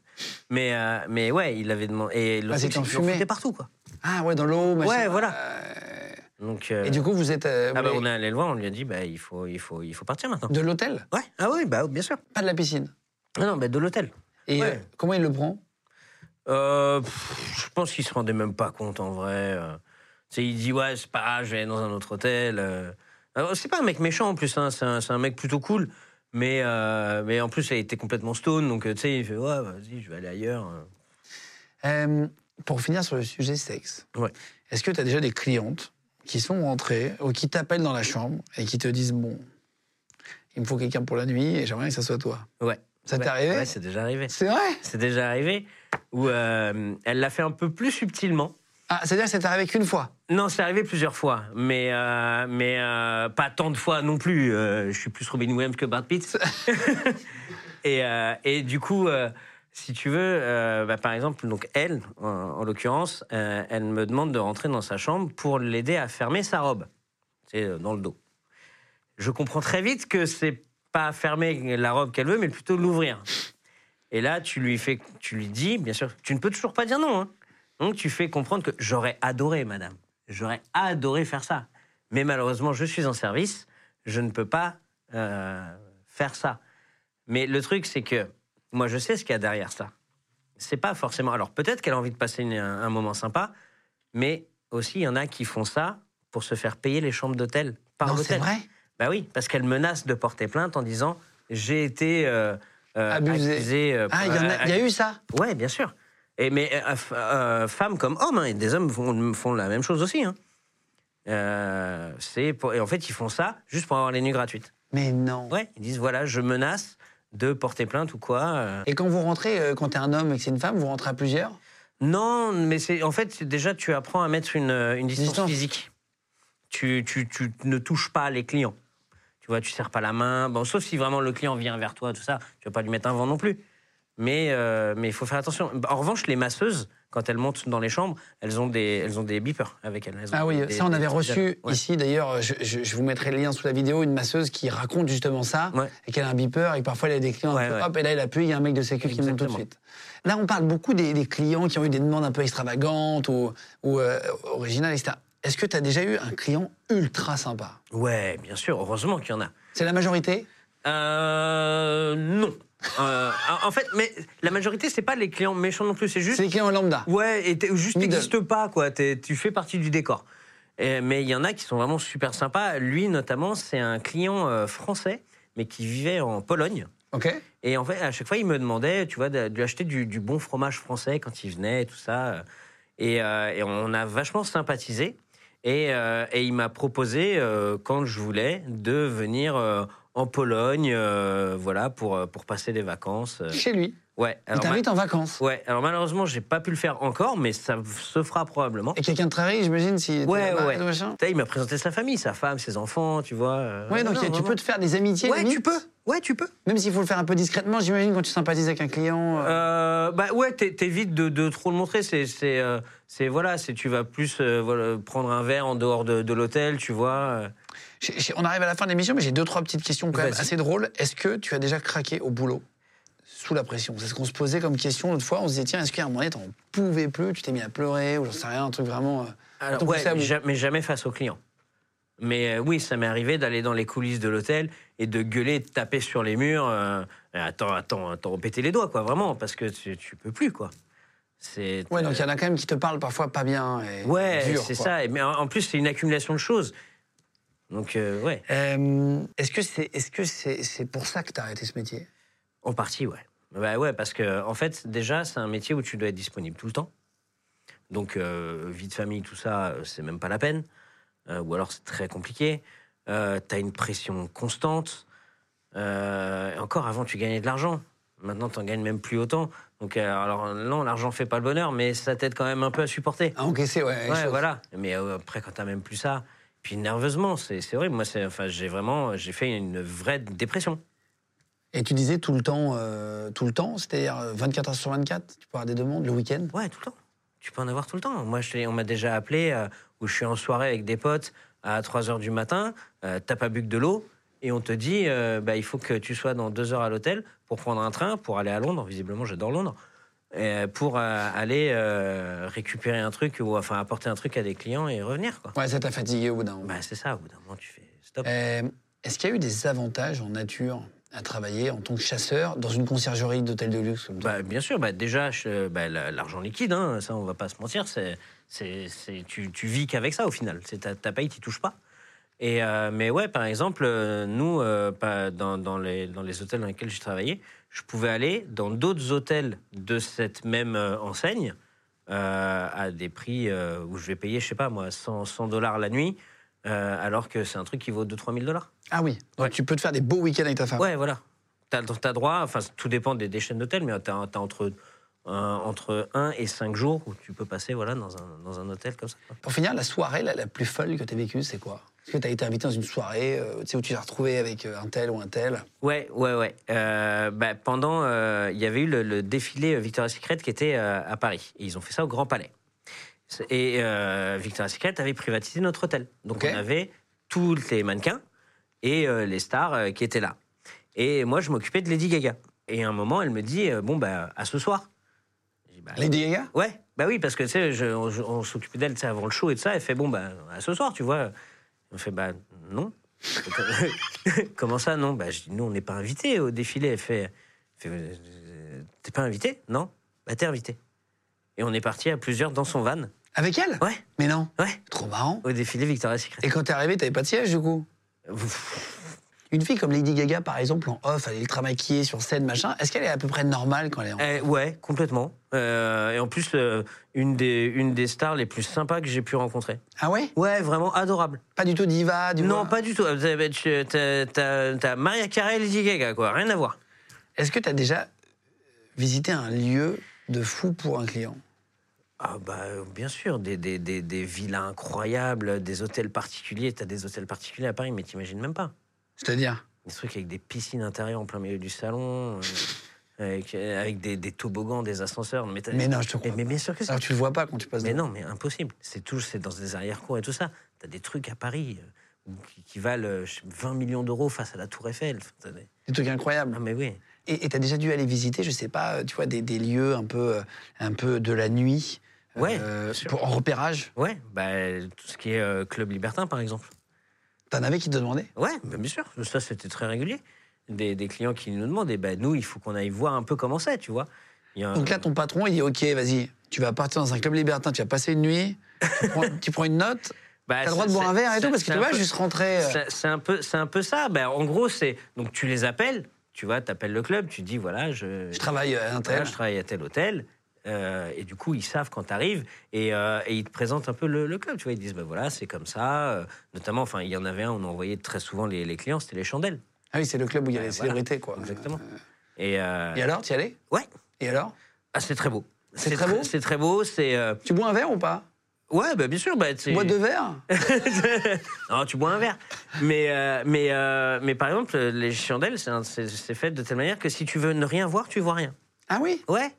Speaker 4: Mais, euh, mais ouais, il avait demandé. Et le
Speaker 3: Ah,
Speaker 4: truc,
Speaker 3: c'était
Speaker 4: c'est qu'il en
Speaker 3: enfumé.
Speaker 4: foutait partout, quoi.
Speaker 3: Ah, ouais, dans l'eau, machin.
Speaker 4: Ouais, voilà.
Speaker 3: Euh,
Speaker 4: Donc. euh,
Speaker 3: Et du coup, vous êtes. euh,
Speaker 4: ah,
Speaker 3: vous
Speaker 4: bah,
Speaker 3: avez-
Speaker 4: on est allé le voir, on lui a dit, bah, il, faut, il, faut, il faut partir maintenant.
Speaker 3: De l'hôtel
Speaker 4: Ouais, ah oui, bah, bien sûr.
Speaker 3: Pas de la piscine.
Speaker 4: Non, non, bah, de l'hôtel.
Speaker 3: Et euh,
Speaker 4: Ouais.
Speaker 3: comment il le prend
Speaker 4: Euh, pff, je pense qu'il se rendait même pas compte en vrai. Euh, tu sais, il dit ouais c'est pas grave, je vais aller dans un autre hôtel. Euh, alors, c'est pas un mec méchant en plus, hein, c'est un, c'est un mec plutôt cool. Mais, euh, mais en plus, il était complètement stone, donc euh, tu sais, il fait ouais vas-y, je vais aller ailleurs.
Speaker 3: Euh, Pour finir sur le sujet sexe,
Speaker 4: Ouais.
Speaker 3: est-ce que tu as déjà des clientes qui sont rentrées ou qui t'appellent dans la chambre et qui te disent Bon, il me faut quelqu'un pour la nuit et j'aimerais que ça soit toi
Speaker 4: Ouais.
Speaker 3: Ça t'est
Speaker 4: Ouais,
Speaker 3: arrivé
Speaker 4: Ouais, c'est déjà arrivé.
Speaker 3: C'est vrai
Speaker 4: C'est déjà arrivé où euh, elle l'a fait un peu plus subtilement.
Speaker 3: Ah, c'est-à-dire que c'est arrivé qu'une fois
Speaker 4: Non, c'est arrivé plusieurs fois, mais, euh, mais euh, pas tant de fois non plus. Euh, je suis plus Robin Williams que Brad Pitt. et, euh, et du coup, euh, si tu veux, euh, bah, par exemple, donc elle, en, en l'occurrence, euh, elle me demande de rentrer dans sa chambre pour l'aider à fermer sa robe. C'est euh, dans le dos. Je comprends très vite que c'est pas fermer la robe qu'elle veut, mais plutôt l'ouvrir. Et là, tu lui fais, tu lui dis, bien sûr, tu ne peux toujours pas dire non. hein. Donc tu fais comprendre que j'aurais adoré, madame. J'aurais adoré faire ça. Mais malheureusement, je suis en service. Je ne peux pas euh, faire ça. Mais le truc, c'est que moi, je sais ce qu'il y a derrière ça. C'est pas forcément. Alors peut-être qu'elle a envie de passer une- un un moment sympa, mais aussi il y en a qui font ça pour se faire payer les chambres d'hôtel par
Speaker 3: Non, c'est
Speaker 4: l'hôtel.
Speaker 3: vrai
Speaker 4: Bah oui, parce qu'elle menace de porter plainte en disant j'ai été euh, euh,
Speaker 3: Abusé.
Speaker 4: accusée, euh,
Speaker 3: Ah, il y, en a, il y a eu ça
Speaker 4: Ouais, bien sûr. Et mais euh, f- euh, femmes comme hommes, hein, et des hommes font, font la même chose aussi. hein. Euh, c'est pour- et en fait, ils font ça juste pour avoir les nuits gratuites.
Speaker 3: Mais non.
Speaker 4: Ouais, ils disent voilà, je menace de porter plainte ou quoi. euh.
Speaker 3: Et quand vous rentrez, euh, quand t'es un homme et que c'est une femme, vous rentrez à plusieurs
Speaker 4: Non, mais c'est en fait c'est- déjà tu apprends à mettre une, euh, une distance,
Speaker 3: Distance.
Speaker 4: physique. Tu, tu, tu ne touches pas les clients. Tu vois, tu serres pas la main. Bon, sauf si vraiment le client vient vers toi, tout ça, tu vas pas lui mettre un vent non plus. Mais euh, mais il faut faire attention. En revanche, les masseuses, quand elles montent dans les chambres, elles ont des elles ont des beepers avec elles. Elles ont
Speaker 3: Ah oui,
Speaker 4: des-
Speaker 3: ça on
Speaker 4: euh, des
Speaker 3: avait
Speaker 4: petites
Speaker 3: reçu
Speaker 4: alertes. Ouais.
Speaker 3: ici d'ailleurs, euh, je, je- je vous mettrai le lien sous la vidéo, une masseuse qui raconte justement ça,
Speaker 4: Ouais.
Speaker 3: et qu'elle a un beeper, et que parfois elle a des clients,
Speaker 4: Ouais,
Speaker 3: un peu,
Speaker 4: ouais.
Speaker 3: hop, et là elle appuie, il y a un mec de sécu qui monte tout de
Speaker 4: Exactement.
Speaker 3: suite. Là on parle beaucoup des, des clients qui ont eu des demandes un peu extravagantes ou, ou, euh, originales, etc. Est-ce que tu as déjà eu un client ultra sympa
Speaker 4: Ouais, bien sûr. Heureusement qu'il y en a.
Speaker 3: C'est la majorité
Speaker 4: Euh, non. Euh, en fait, mais la majorité, c'est pas les clients méchants non plus. C'est juste
Speaker 3: C'est les clients lambda.
Speaker 4: Ouais, et t'es- juste
Speaker 3: Middle.
Speaker 4: n'existe pas, quoi. T'es- tu fais partie du décor. Et- mais il y en a qui sont vraiment super sympas. Lui, notamment, c'est un client euh, français, mais qui vivait en Pologne.
Speaker 3: Ok
Speaker 4: Et en fait, à chaque fois, il me demandait, tu vois, de, de lui acheter du, du bon fromage français quand il venait, tout ça. Et, euh, et on a vachement sympathisé. Et, euh, et il m'a proposé, euh, quand je voulais, de venir euh, en Pologne, euh, voilà, pour, euh, pour passer des vacances. Euh,
Speaker 3: Chez lui.
Speaker 4: Ouais.
Speaker 3: Il
Speaker 4: alors,
Speaker 3: t'invite en vacances.
Speaker 4: Ouais, alors malheureusement, j'ai pas pu le faire encore, mais ça se fera probablement.
Speaker 3: Et quelqu'un de très riche, j'imagine, si. t'es
Speaker 4: Ouais,
Speaker 3: là-bas,
Speaker 4: ouais.
Speaker 3: tout machin.
Speaker 4: Tu sais, Il m'a présenté sa famille, sa femme, ses enfants, tu vois. euh,
Speaker 3: Ouais, donc
Speaker 4: non,
Speaker 3: tu
Speaker 4: vraiment.
Speaker 3: peux te faire des amitiés.
Speaker 4: Ouais,
Speaker 3: limites.
Speaker 4: tu peux.
Speaker 3: Ouais, tu peux. Même s'il faut le faire un peu discrètement, j'imagine, quand tu sympathises avec un client. euh,
Speaker 4: Euh, bah ouais, t'é- t'évites de, de trop le montrer. C'est, c'est, euh, c'est- voilà, c'est tu vas plus euh, voilà, prendre un verre en dehors de, de l'hôtel, tu vois. euh.
Speaker 3: j'ai- j'ai- on arrive à la fin de l'émission, mais j'ai deux, trois petites questions quand même
Speaker 4: Vas-y.
Speaker 3: assez drôles. Est-ce que tu as déjà craqué au boulot sous la pression C'est ce qu'on se posait comme question l'autre fois. On se disait, tiens, est-ce qu'il y a un moment, donné, t'en pouvais plus, tu t'es mis à pleurer, ou j'en sais rien, un truc vraiment. euh,
Speaker 4: Alors,
Speaker 3: Donc,
Speaker 4: ouais,
Speaker 3: ça, oui.
Speaker 4: ja- mais jamais face aux clients. Mais euh, oui, ça m'est arrivé d'aller dans les coulisses de l'hôtel et de gueuler, de taper sur les murs. euh, attends, attends, attends, péter les doigts, quoi, vraiment, parce que tu, tu peux plus, quoi. C'est,
Speaker 3: Ouais, donc il y en a quand même qui te parlent parfois pas bien. Et
Speaker 4: ouais,
Speaker 3: dur,
Speaker 4: c'est
Speaker 3: quoi.
Speaker 4: ça. Et- Mais en, en plus, c'est une accumulation de choses. Donc, euh, ouais,
Speaker 3: Euh, est-ce que c'est est -ce c'est c'est pour ça que tu as arrêté ce métier
Speaker 4: en partie, ouais. Bah ouais, parce que, en fait, déjà, c'est un métier où tu dois être disponible tout le temps. Donc, euh, vie de famille, tout ça, euh, c'est même pas la peine. Euh, ou alors, c'est très compliqué. Euh, T'as une pression constante. Euh, encore avant, tu gagnais de l'argent. Maintenant, t'en gagnes même plus autant. Donc, euh, alors, non, l'argent fait pas le bonheur, mais ça t'aide quand même un peu à supporter.
Speaker 3: À encaisser, ouais. les
Speaker 4: Ouais,
Speaker 3: choses.
Speaker 4: voilà. Mais euh, après, quand t'as même plus ça, puis nerveusement, c'est c'est horrible. Moi, c'est- enfin, j'ai vraiment, j'ai fait une vraie dépression.
Speaker 3: Et tu disais tout le temps, euh, tout le temps, c'est-à-dire euh, 24 heures sur 24, tu peux avoir des demandes le week-end.
Speaker 4: Ouais, tout le temps. Tu peux en avoir tout le temps. Moi, je te l'ai- on m'a déjà appelé euh, où je suis en soirée avec des potes à 3 h du matin, euh, t'as pas bu que de l'eau, et on te dit euh, bah, il faut que tu sois dans 2 heures à l'hôtel pour prendre un train, pour aller à Londres. Visiblement, j'adore Londres. euh, pour euh, aller euh, récupérer un truc ou enfin apporter un truc à des clients et revenir. Quoi.
Speaker 3: Ouais, ça t'a fatigué au bout d'un moment.
Speaker 4: Bah, c'est ça, au bout d'un moment, tu fais stop.
Speaker 3: Euh, Est-ce qu'il y a eu des avantages en nature à travailler en tant que chasseur dans une conciergerie d'hôtel de luxe comme toi
Speaker 4: Bah, bien sûr, bah, déjà, je- bah, la- l'argent liquide, hein, ça, on va pas se mentir, c'est, c'est, c'est- tu, tu vis qu'avec ça au final. C'est ta, ta paye, tu touches pas. Et, euh, mais ouais, par exemple, euh, nous, euh, pas- dans, dans les, dans les hôtels dans lesquels j'ai travaillé, je pouvais aller dans d'autres hôtels de cette même euh, enseigne euh, à des prix euh, où je vais payer, je sais pas moi, 100, 100 dollars la nuit, euh, alors que c'est un truc qui vaut 2-3 000 dollars.
Speaker 3: Ah oui, donc
Speaker 4: Ouais.
Speaker 3: tu peux te faire des beaux week-ends avec ta femme.
Speaker 4: Ouais, voilà. T'as as droit, enfin, tout dépend des, des chaînes d'hôtels, mais t'as as entre, un- entre 1 et 5 jours où tu peux passer voilà, dans, un, dans un hôtel comme ça. quoi.
Speaker 3: Pour finir, la soirée la, la plus folle que tu as vécue, c'est quoi Est-ce que tu as été invité dans une soirée euh, tu sais, où tu t'es retrouvé avec euh, un tel ou un tel
Speaker 4: Ouais, ouais, ouais. Euh, bah, pendant, euh, il y avait eu le, le défilé euh, Victoria's Secret qui était euh, à Paris. Et ils ont fait ça au Grand Palais. C'est- Et euh, Victoria's Secret avait privatisé notre hôtel. Donc
Speaker 3: Ok.
Speaker 4: on avait tous les mannequins et euh, les stars euh, qui étaient là. Et moi, je m'occupais de Lady Gaga. Et à un moment, elle me dit euh, Bon, bah, à ce soir. J'ai dit, Bah,
Speaker 3: Lady Gaga
Speaker 4: Ouais, bah oui, parce que tu sais, je- on, je- on s'occupait d'elle tu sais, avant le show et de ça. Elle fait bon, bah à ce soir, tu vois. On fait bah non. Comment ça, non Bah je dis, nous, on n'est pas invités au défilé. Elle fait, elle fait, euh, t'es pas invité Non Bah t'es invité. Et on est parti à plusieurs dans son van.
Speaker 3: Avec elle
Speaker 4: Ouais,
Speaker 3: Mais non.
Speaker 4: ouais,
Speaker 3: Trop marrant.
Speaker 4: au défilé Victoria's Secret.
Speaker 3: Et quand t'es arrivé, t'avais pas de siège du coup Une fille comme Lady Gaga, par exemple, en off, elle est ultra maquillée sur scène, machin. Est-ce qu'elle est à peu près normale quand elle est en
Speaker 4: Euh, ouais, complètement. Euh, et en plus, euh, une, des, une des stars les plus sympas que j'ai pu rencontrer.
Speaker 3: Ah ouais
Speaker 4: Ouais, vraiment adorable.
Speaker 3: Pas du tout diva, du
Speaker 4: Non,
Speaker 3: moins.
Speaker 4: pas du tout. Euh, t'as- tu- T'as t'as- t'as Maria Carey et Lady Gaga, quoi. Rien à voir.
Speaker 3: Est-ce que t'as déjà euh, visité un lieu de fou pour un client
Speaker 4: Ah bah euh, bien sûr, des, des, des, des villas incroyables, des hôtels particuliers. T'as des hôtels particuliers à Paris, mais t'imagines même pas.
Speaker 3: C'est-à-dire
Speaker 4: Des trucs avec des piscines intérieures en plein milieu du salon, euh, avec, euh, avec des, des toboggans, des ascenseurs. Mais, t'as-
Speaker 3: Mais Ah, non, je te
Speaker 4: mais,
Speaker 3: crois.
Speaker 4: mais bien sûr que ça.
Speaker 3: Alors tu le vois pas quand tu passes
Speaker 4: Mais
Speaker 3: devant.
Speaker 4: non, mais impossible. C'est tout, c'est dans des arrière-cours et tout ça. T'as des trucs à Paris euh, qui, qui valent euh, je sais, 20 millions d'euros face à la Tour Eiffel. Enfin, t'as des-
Speaker 3: Des trucs incroyables.
Speaker 4: Ah mais oui.
Speaker 3: Et et t'as déjà dû aller visiter, je sais pas, euh, tu vois, des, des lieux un peu, euh, un peu de la nuit.
Speaker 4: Ouais,
Speaker 3: euh,
Speaker 4: bien sûr.
Speaker 3: pour, en repérage.
Speaker 4: Ouais, bah, tout ce qui est euh, Club Libertin, par exemple.
Speaker 3: T'en avais qui te demandaient
Speaker 4: Ouais, bah, bien sûr. Ça, c'était très régulier. Des, des clients qui nous demandent, et ben nous, il faut qu'on aille voir un peu comment c'est, tu vois. Il y a un-
Speaker 3: Donc là, ton patron, il dit Ok, vas-y, tu vas partir dans un club libertin, tu vas passer une nuit, tu prends, tu prends une note,
Speaker 4: Bah,
Speaker 3: t'as le
Speaker 4: ça-
Speaker 3: droit de boire
Speaker 4: ça-
Speaker 3: un verre et
Speaker 4: ça-
Speaker 3: tout, parce que
Speaker 4: c'est
Speaker 3: tu
Speaker 4: un
Speaker 3: vois,
Speaker 4: peu-
Speaker 3: juste rentrer. euh,
Speaker 4: ça- C'est un peu, c'est un peu ça. Ben, en gros, c'est donc tu les appelles, tu vois, t'appelles le club, tu dis voilà, je,
Speaker 3: Je travaille euh, à un
Speaker 4: voilà,
Speaker 3: tel.
Speaker 4: je travaille à tel hôtel. euh, et du coup, ils savent quand t'arrives et, euh, et ils te présentent un peu le, le club. Tu vois, ils disent ben voilà, c'est comme ça. euh, notamment, enfin, il y en avait un, on envoyait très souvent les, les clients, c'était les chandelles.
Speaker 3: Ah oui, c'est le club où il y a
Speaker 4: Ouais,
Speaker 3: les
Speaker 4: voilà.
Speaker 3: célébrités, quoi.
Speaker 4: Exactement. Et euh,
Speaker 3: Et alors, t'y allais
Speaker 4: ouais,
Speaker 3: Et alors
Speaker 4: ah, c'est très beau.
Speaker 3: C'est très
Speaker 4: tr-
Speaker 3: beau
Speaker 4: C'est très beau. C'est euh,
Speaker 3: Tu bois un verre ou pas
Speaker 4: Ouais, bah, bien sûr. Bah, c'est-
Speaker 3: Bois deux verres
Speaker 4: Non, tu bois un verre. Mais, euh, mais, euh, mais par exemple, les chandelles, c'est un- c'est c'est fait de telle manière que si tu veux ne rien voir, tu vois rien.
Speaker 3: Ah oui
Speaker 4: Ouais.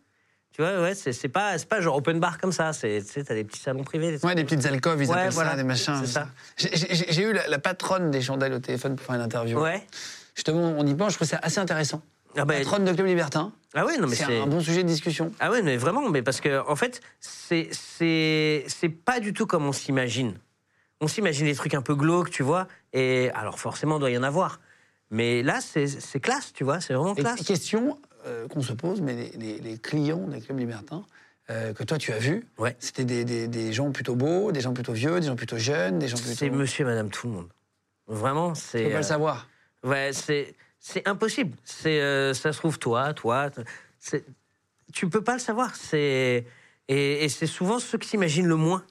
Speaker 4: Tu vois, ouais, c'est c'est pas, c'est pas genre open bar comme ça. C'est- Tu sais, t'as des petits salons privés. des trucs
Speaker 3: Ouais, des petites alcoves, ils
Speaker 4: Ouais,
Speaker 3: appellent
Speaker 4: voilà,
Speaker 3: ça, des machins.
Speaker 4: c'est ça.
Speaker 3: J'ai- J'ai j'ai eu la, la patronne des chandelles au téléphone pour faire une interview.
Speaker 4: Ouais.
Speaker 3: Justement, on y pense, je trouve ça assez intéressant.
Speaker 4: Ah, bah,
Speaker 3: Patronne de Club Libertin,
Speaker 4: ah ouais, non, mais
Speaker 3: c'est
Speaker 4: c'est.
Speaker 3: un bon sujet de discussion.
Speaker 4: Ah ouais, mais vraiment, mais parce que en fait, c'est c'est c'est pas du tout comme on s'imagine. On s'imagine des trucs un peu glauques, tu vois. Et alors forcément, il doit y en avoir. Mais là, c'est c'est classe, tu vois. C'est vraiment
Speaker 3: Et
Speaker 4: classe.
Speaker 3: question euh, qu'on se pose, mais les, les- les clients des clubs libertins euh, que toi tu as vus,
Speaker 4: Ouais.
Speaker 3: c'était des, des- des gens plutôt beaux, des gens plutôt vieux, des gens plutôt jeunes, des gens plutôt.
Speaker 4: C'est Monsieur, et Madame, tout le monde. Vraiment,
Speaker 3: On
Speaker 4: c'est.
Speaker 3: peut pas le
Speaker 4: euh,
Speaker 3: savoir.
Speaker 4: Ouais, c'est c'est impossible. C'est euh, ça se trouve toi, toi. t- C'est tu peux pas le savoir. C'est et, et c'est souvent ceux qui s'imaginent le moins.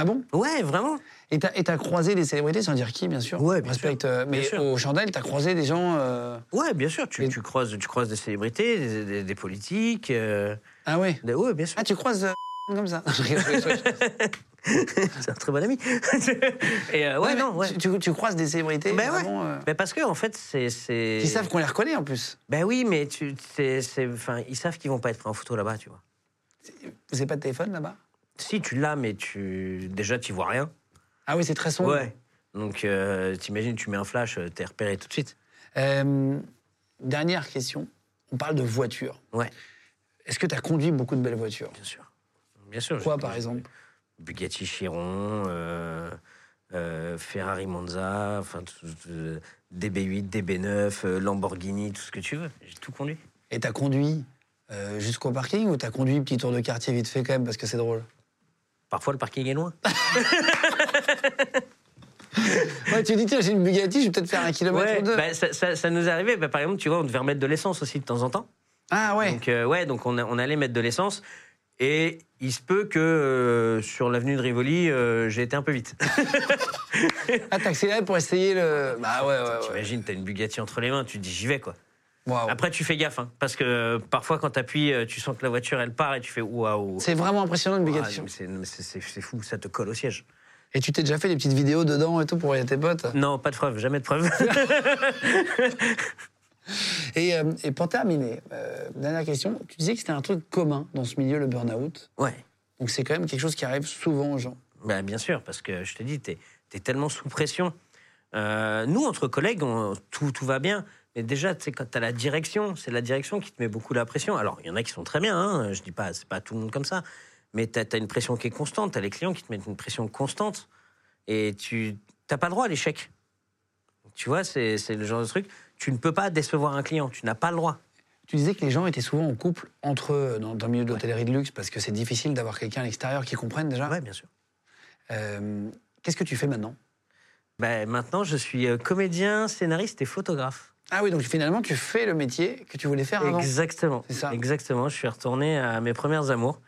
Speaker 3: Ah bon
Speaker 4: Ouais, vraiment.
Speaker 3: Et t'as, et t'as croisé des célébrités sans dire qui, bien sûr.
Speaker 4: Ouais, bien
Speaker 3: Respecte, euh, mais
Speaker 4: sûr.
Speaker 3: aux chandelles, t'as croisé des gens. euh,
Speaker 4: Ouais, bien sûr. Tu,
Speaker 3: Et-
Speaker 4: tu croises tu croises des célébrités, des, des- des politiques. euh,
Speaker 3: Ah ouais.
Speaker 4: des- ouais, bien sûr.
Speaker 3: Ah, tu croises euh, comme ça. Je rigole, je rigole, je rigole.
Speaker 4: C'est un très bon ami. et euh, ouais,
Speaker 3: mais
Speaker 4: non, ouais.
Speaker 3: Tu, tu- tu croises des célébrités
Speaker 4: Ben ouais.
Speaker 3: vraiment, euh,
Speaker 4: Mais parce que en fait, c'est c'est.
Speaker 3: qui savent qu'on les reconnaît en plus.
Speaker 4: Ben oui, mais tu c'est c'est- enfin ils savent qu'ils vont pas être pris en photo là-bas, tu vois.
Speaker 3: Vous n'avez pas de téléphone là-bas
Speaker 4: Si tu l'as, mais tu déjà tu vois rien.
Speaker 3: Ah oui, c'est très sombre.
Speaker 4: Ouais. Donc, euh, t'imagines, tu mets un flash, euh, t'es repéré tout de suite.
Speaker 3: Euh, dernière question. On parle de voiture.
Speaker 4: Ouais,
Speaker 3: Est-ce que tu as conduit beaucoup de belles voitures
Speaker 4: bien sûr. Bien sûr.
Speaker 3: Quoi,
Speaker 4: j'ai-
Speaker 3: par exemple
Speaker 4: Bugatti Chiron, euh, euh, Ferrari Monza, enfin, tout- euh, DB8, DB9, euh, Lamborghini, tout ce que tu veux. J'ai tout conduit.
Speaker 3: Et t'as conduit euh, jusqu'au parking ou t'as conduit petit tour de quartier vite fait quand même parce que c'est drôle
Speaker 4: Parfois, le parking est loin.
Speaker 3: Ouais, tu dis, tiens, j'ai une Bugatti, je vais peut-être faire un kilomètre
Speaker 4: Ouais,
Speaker 3: ou deux.
Speaker 4: bah, ça, ça- ça nous est arrivé. Bah, par exemple, tu vois, on devait remettre de l'essence aussi de temps en temps.
Speaker 3: ah ouais.
Speaker 4: Donc, euh, ouais, donc on, a- on allait mettre de l'essence. Et il se peut que euh, sur l'avenue de Rivoli, euh, j'ai été un peu vite. euh,
Speaker 3: Ah, t'as accéléré pour essayer le. Bah ouais, ouais, ouais.
Speaker 4: T'imagines, t'as une Bugatti entre les mains, tu te dis j'y vais quoi.
Speaker 3: Waouh.
Speaker 4: Après, tu fais gaffe, hein, parce que euh, parfois, quand t'appuies, euh, tu sens que la voiture, elle part et tu fais waouh.
Speaker 3: C'est vraiment impressionnant une
Speaker 4: Ah,
Speaker 3: Bugatti.
Speaker 4: non, mais c'est- non, mais c'est c'est- c'est fou, ça te colle au siège.
Speaker 3: Et tu t'es déjà fait des petites vidéos dedans et tout pour aller à tes potes.
Speaker 4: Non, pas de preuve, jamais de preuve.
Speaker 3: Et, euh, et pour terminer, euh, dernière question. Tu disais que c'était un truc commun dans ce milieu, le burn-out.
Speaker 4: ouais,
Speaker 3: Donc c'est quand même quelque chose qui arrive souvent aux gens.
Speaker 4: bah, bien sûr, parce que je te dis, t'es es tellement sous pression. Euh, nous, entre collègues, on- tout, tout va bien. Mais déjà, tu sais, quand t'as la direction, c'est la direction qui te met beaucoup la pression. Alors, il y en a qui sont très bien, hein, je dis pas, c'est pas tout le monde comme ça. Mais t'as as une pression qui est constante, t'as les clients qui te mettent une pression constante. Et tu t'as pas le droit à l'échec. Tu vois, c'est c'est le genre de truc. Tu ne peux pas décevoir un client, tu n'as pas le droit.
Speaker 3: Tu disais que les gens étaient souvent en couple entre eux dans, dans le milieu de l'hôtellerie de luxe parce que c'est difficile d'avoir quelqu'un à l'extérieur qui comprenne déjà.
Speaker 4: Ouais, bien sûr.
Speaker 3: Euh, Qu'est-ce que tu fais maintenant
Speaker 4: Ben, maintenant, je suis euh, comédien, scénariste et photographe.
Speaker 3: Ah oui, donc finalement, tu fais le métier que tu voulais faire avant.
Speaker 4: Exactement.
Speaker 3: C'est ça.
Speaker 4: Exactement. Je suis retourné à mes premiers amours.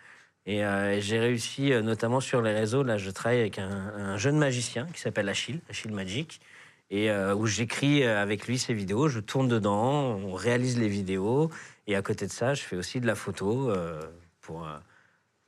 Speaker 4: Et euh, j'ai réussi, euh, notamment sur les réseaux, là, je travaille avec un, un jeune magicien qui s'appelle Achille, Achille Magic, et euh, où j'écris euh, avec lui ses vidéos, je tourne dedans, on réalise les vidéos, et à côté de ça, je fais aussi de la photo euh, pour, euh,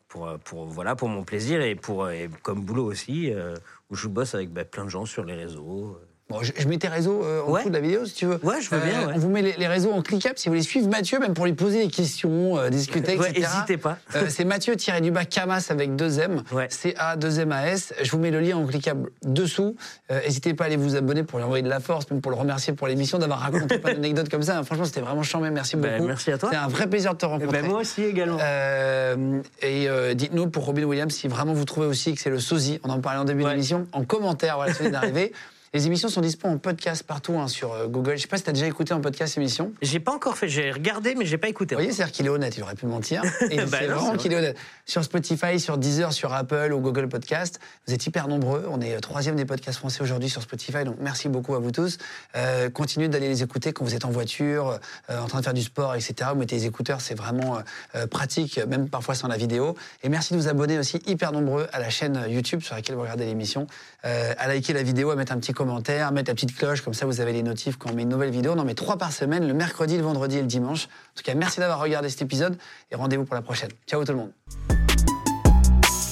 Speaker 4: pour, euh, pour, voilà, pour mon plaisir et, pour, euh, et comme boulot aussi, euh, où je bosse avec bah, plein de gens sur les réseaux.
Speaker 3: Bon, je, je mets tes réseaux euh, en
Speaker 4: Ouais.
Speaker 3: dessous de la vidéo si tu veux. Euh,
Speaker 4: Ouais, je veux bien, ouais.
Speaker 3: On vous met les, les réseaux en cliquable si vous voulez suivre Mathieu, même pour lui poser des questions, euh, discuter,
Speaker 4: Ouais,
Speaker 3: etc.
Speaker 4: hésitez pas.
Speaker 3: Euh, c'est Mathieu tiré du bas Camas avec deux M,
Speaker 4: Ouais.
Speaker 3: C A 2 M A S. Je vous mets le lien en cliquable dessous. Euh, N'hésitez pas à aller vous abonner pour lui envoyer de la force, même pour le remercier pour l'émission d'avoir raconté plein d'anecdotes comme ça. Hein, Franchement, c'était vraiment charmé. Merci
Speaker 4: Bah,
Speaker 3: beaucoup.
Speaker 4: merci à toi.
Speaker 3: C'est un vrai plaisir de te rencontrer.
Speaker 4: Ben, moi aussi également.
Speaker 3: Euh, et euh, dites-nous pour Robin Williams si vraiment vous trouvez aussi que c'est le sosie, on en parlait en début
Speaker 4: Ouais.
Speaker 3: d'émission, en commentaire, voilà, c'est d'arrivée. Les émissions sont dispo en podcast partout hein, sur euh, Google. Je sais pas si tu as déjà écouté en podcast émission.
Speaker 4: J'ai pas encore fait, j'ai regardé, mais j'ai pas écouté.
Speaker 3: Vous voyez, c'est-à-dire qu'il est honnête, il aurait pu mentir. Et
Speaker 4: Bah
Speaker 3: c'est
Speaker 4: non,
Speaker 3: vraiment
Speaker 4: c'est
Speaker 3: qu'il est honnête. Sur Spotify, sur Deezer, sur Apple ou Google Podcast, vous êtes hyper nombreux. On est euh, troisième des podcasts français aujourd'hui sur Spotify, donc merci beaucoup à vous tous. Euh, continuez d'aller les écouter quand vous êtes en voiture, euh, en train de faire du sport, etc. Vous mettez les écouteurs, c'est vraiment euh, euh, pratique, euh, même parfois sans la vidéo. Et merci de vous abonner aussi hyper nombreux à la chaîne euh, YouTube sur laquelle vous regardez l'émission, euh, à liker la vidéo, à mettre un petit commentaire, à mettre la petite cloche, comme ça vous avez les notifs quand on met une nouvelle vidéo. On en met trois par semaine, le mercredi, le vendredi et le dimanche. En tout cas, merci d'avoir regardé cet épisode et rendez-vous pour la prochaine. Ciao tout le monde.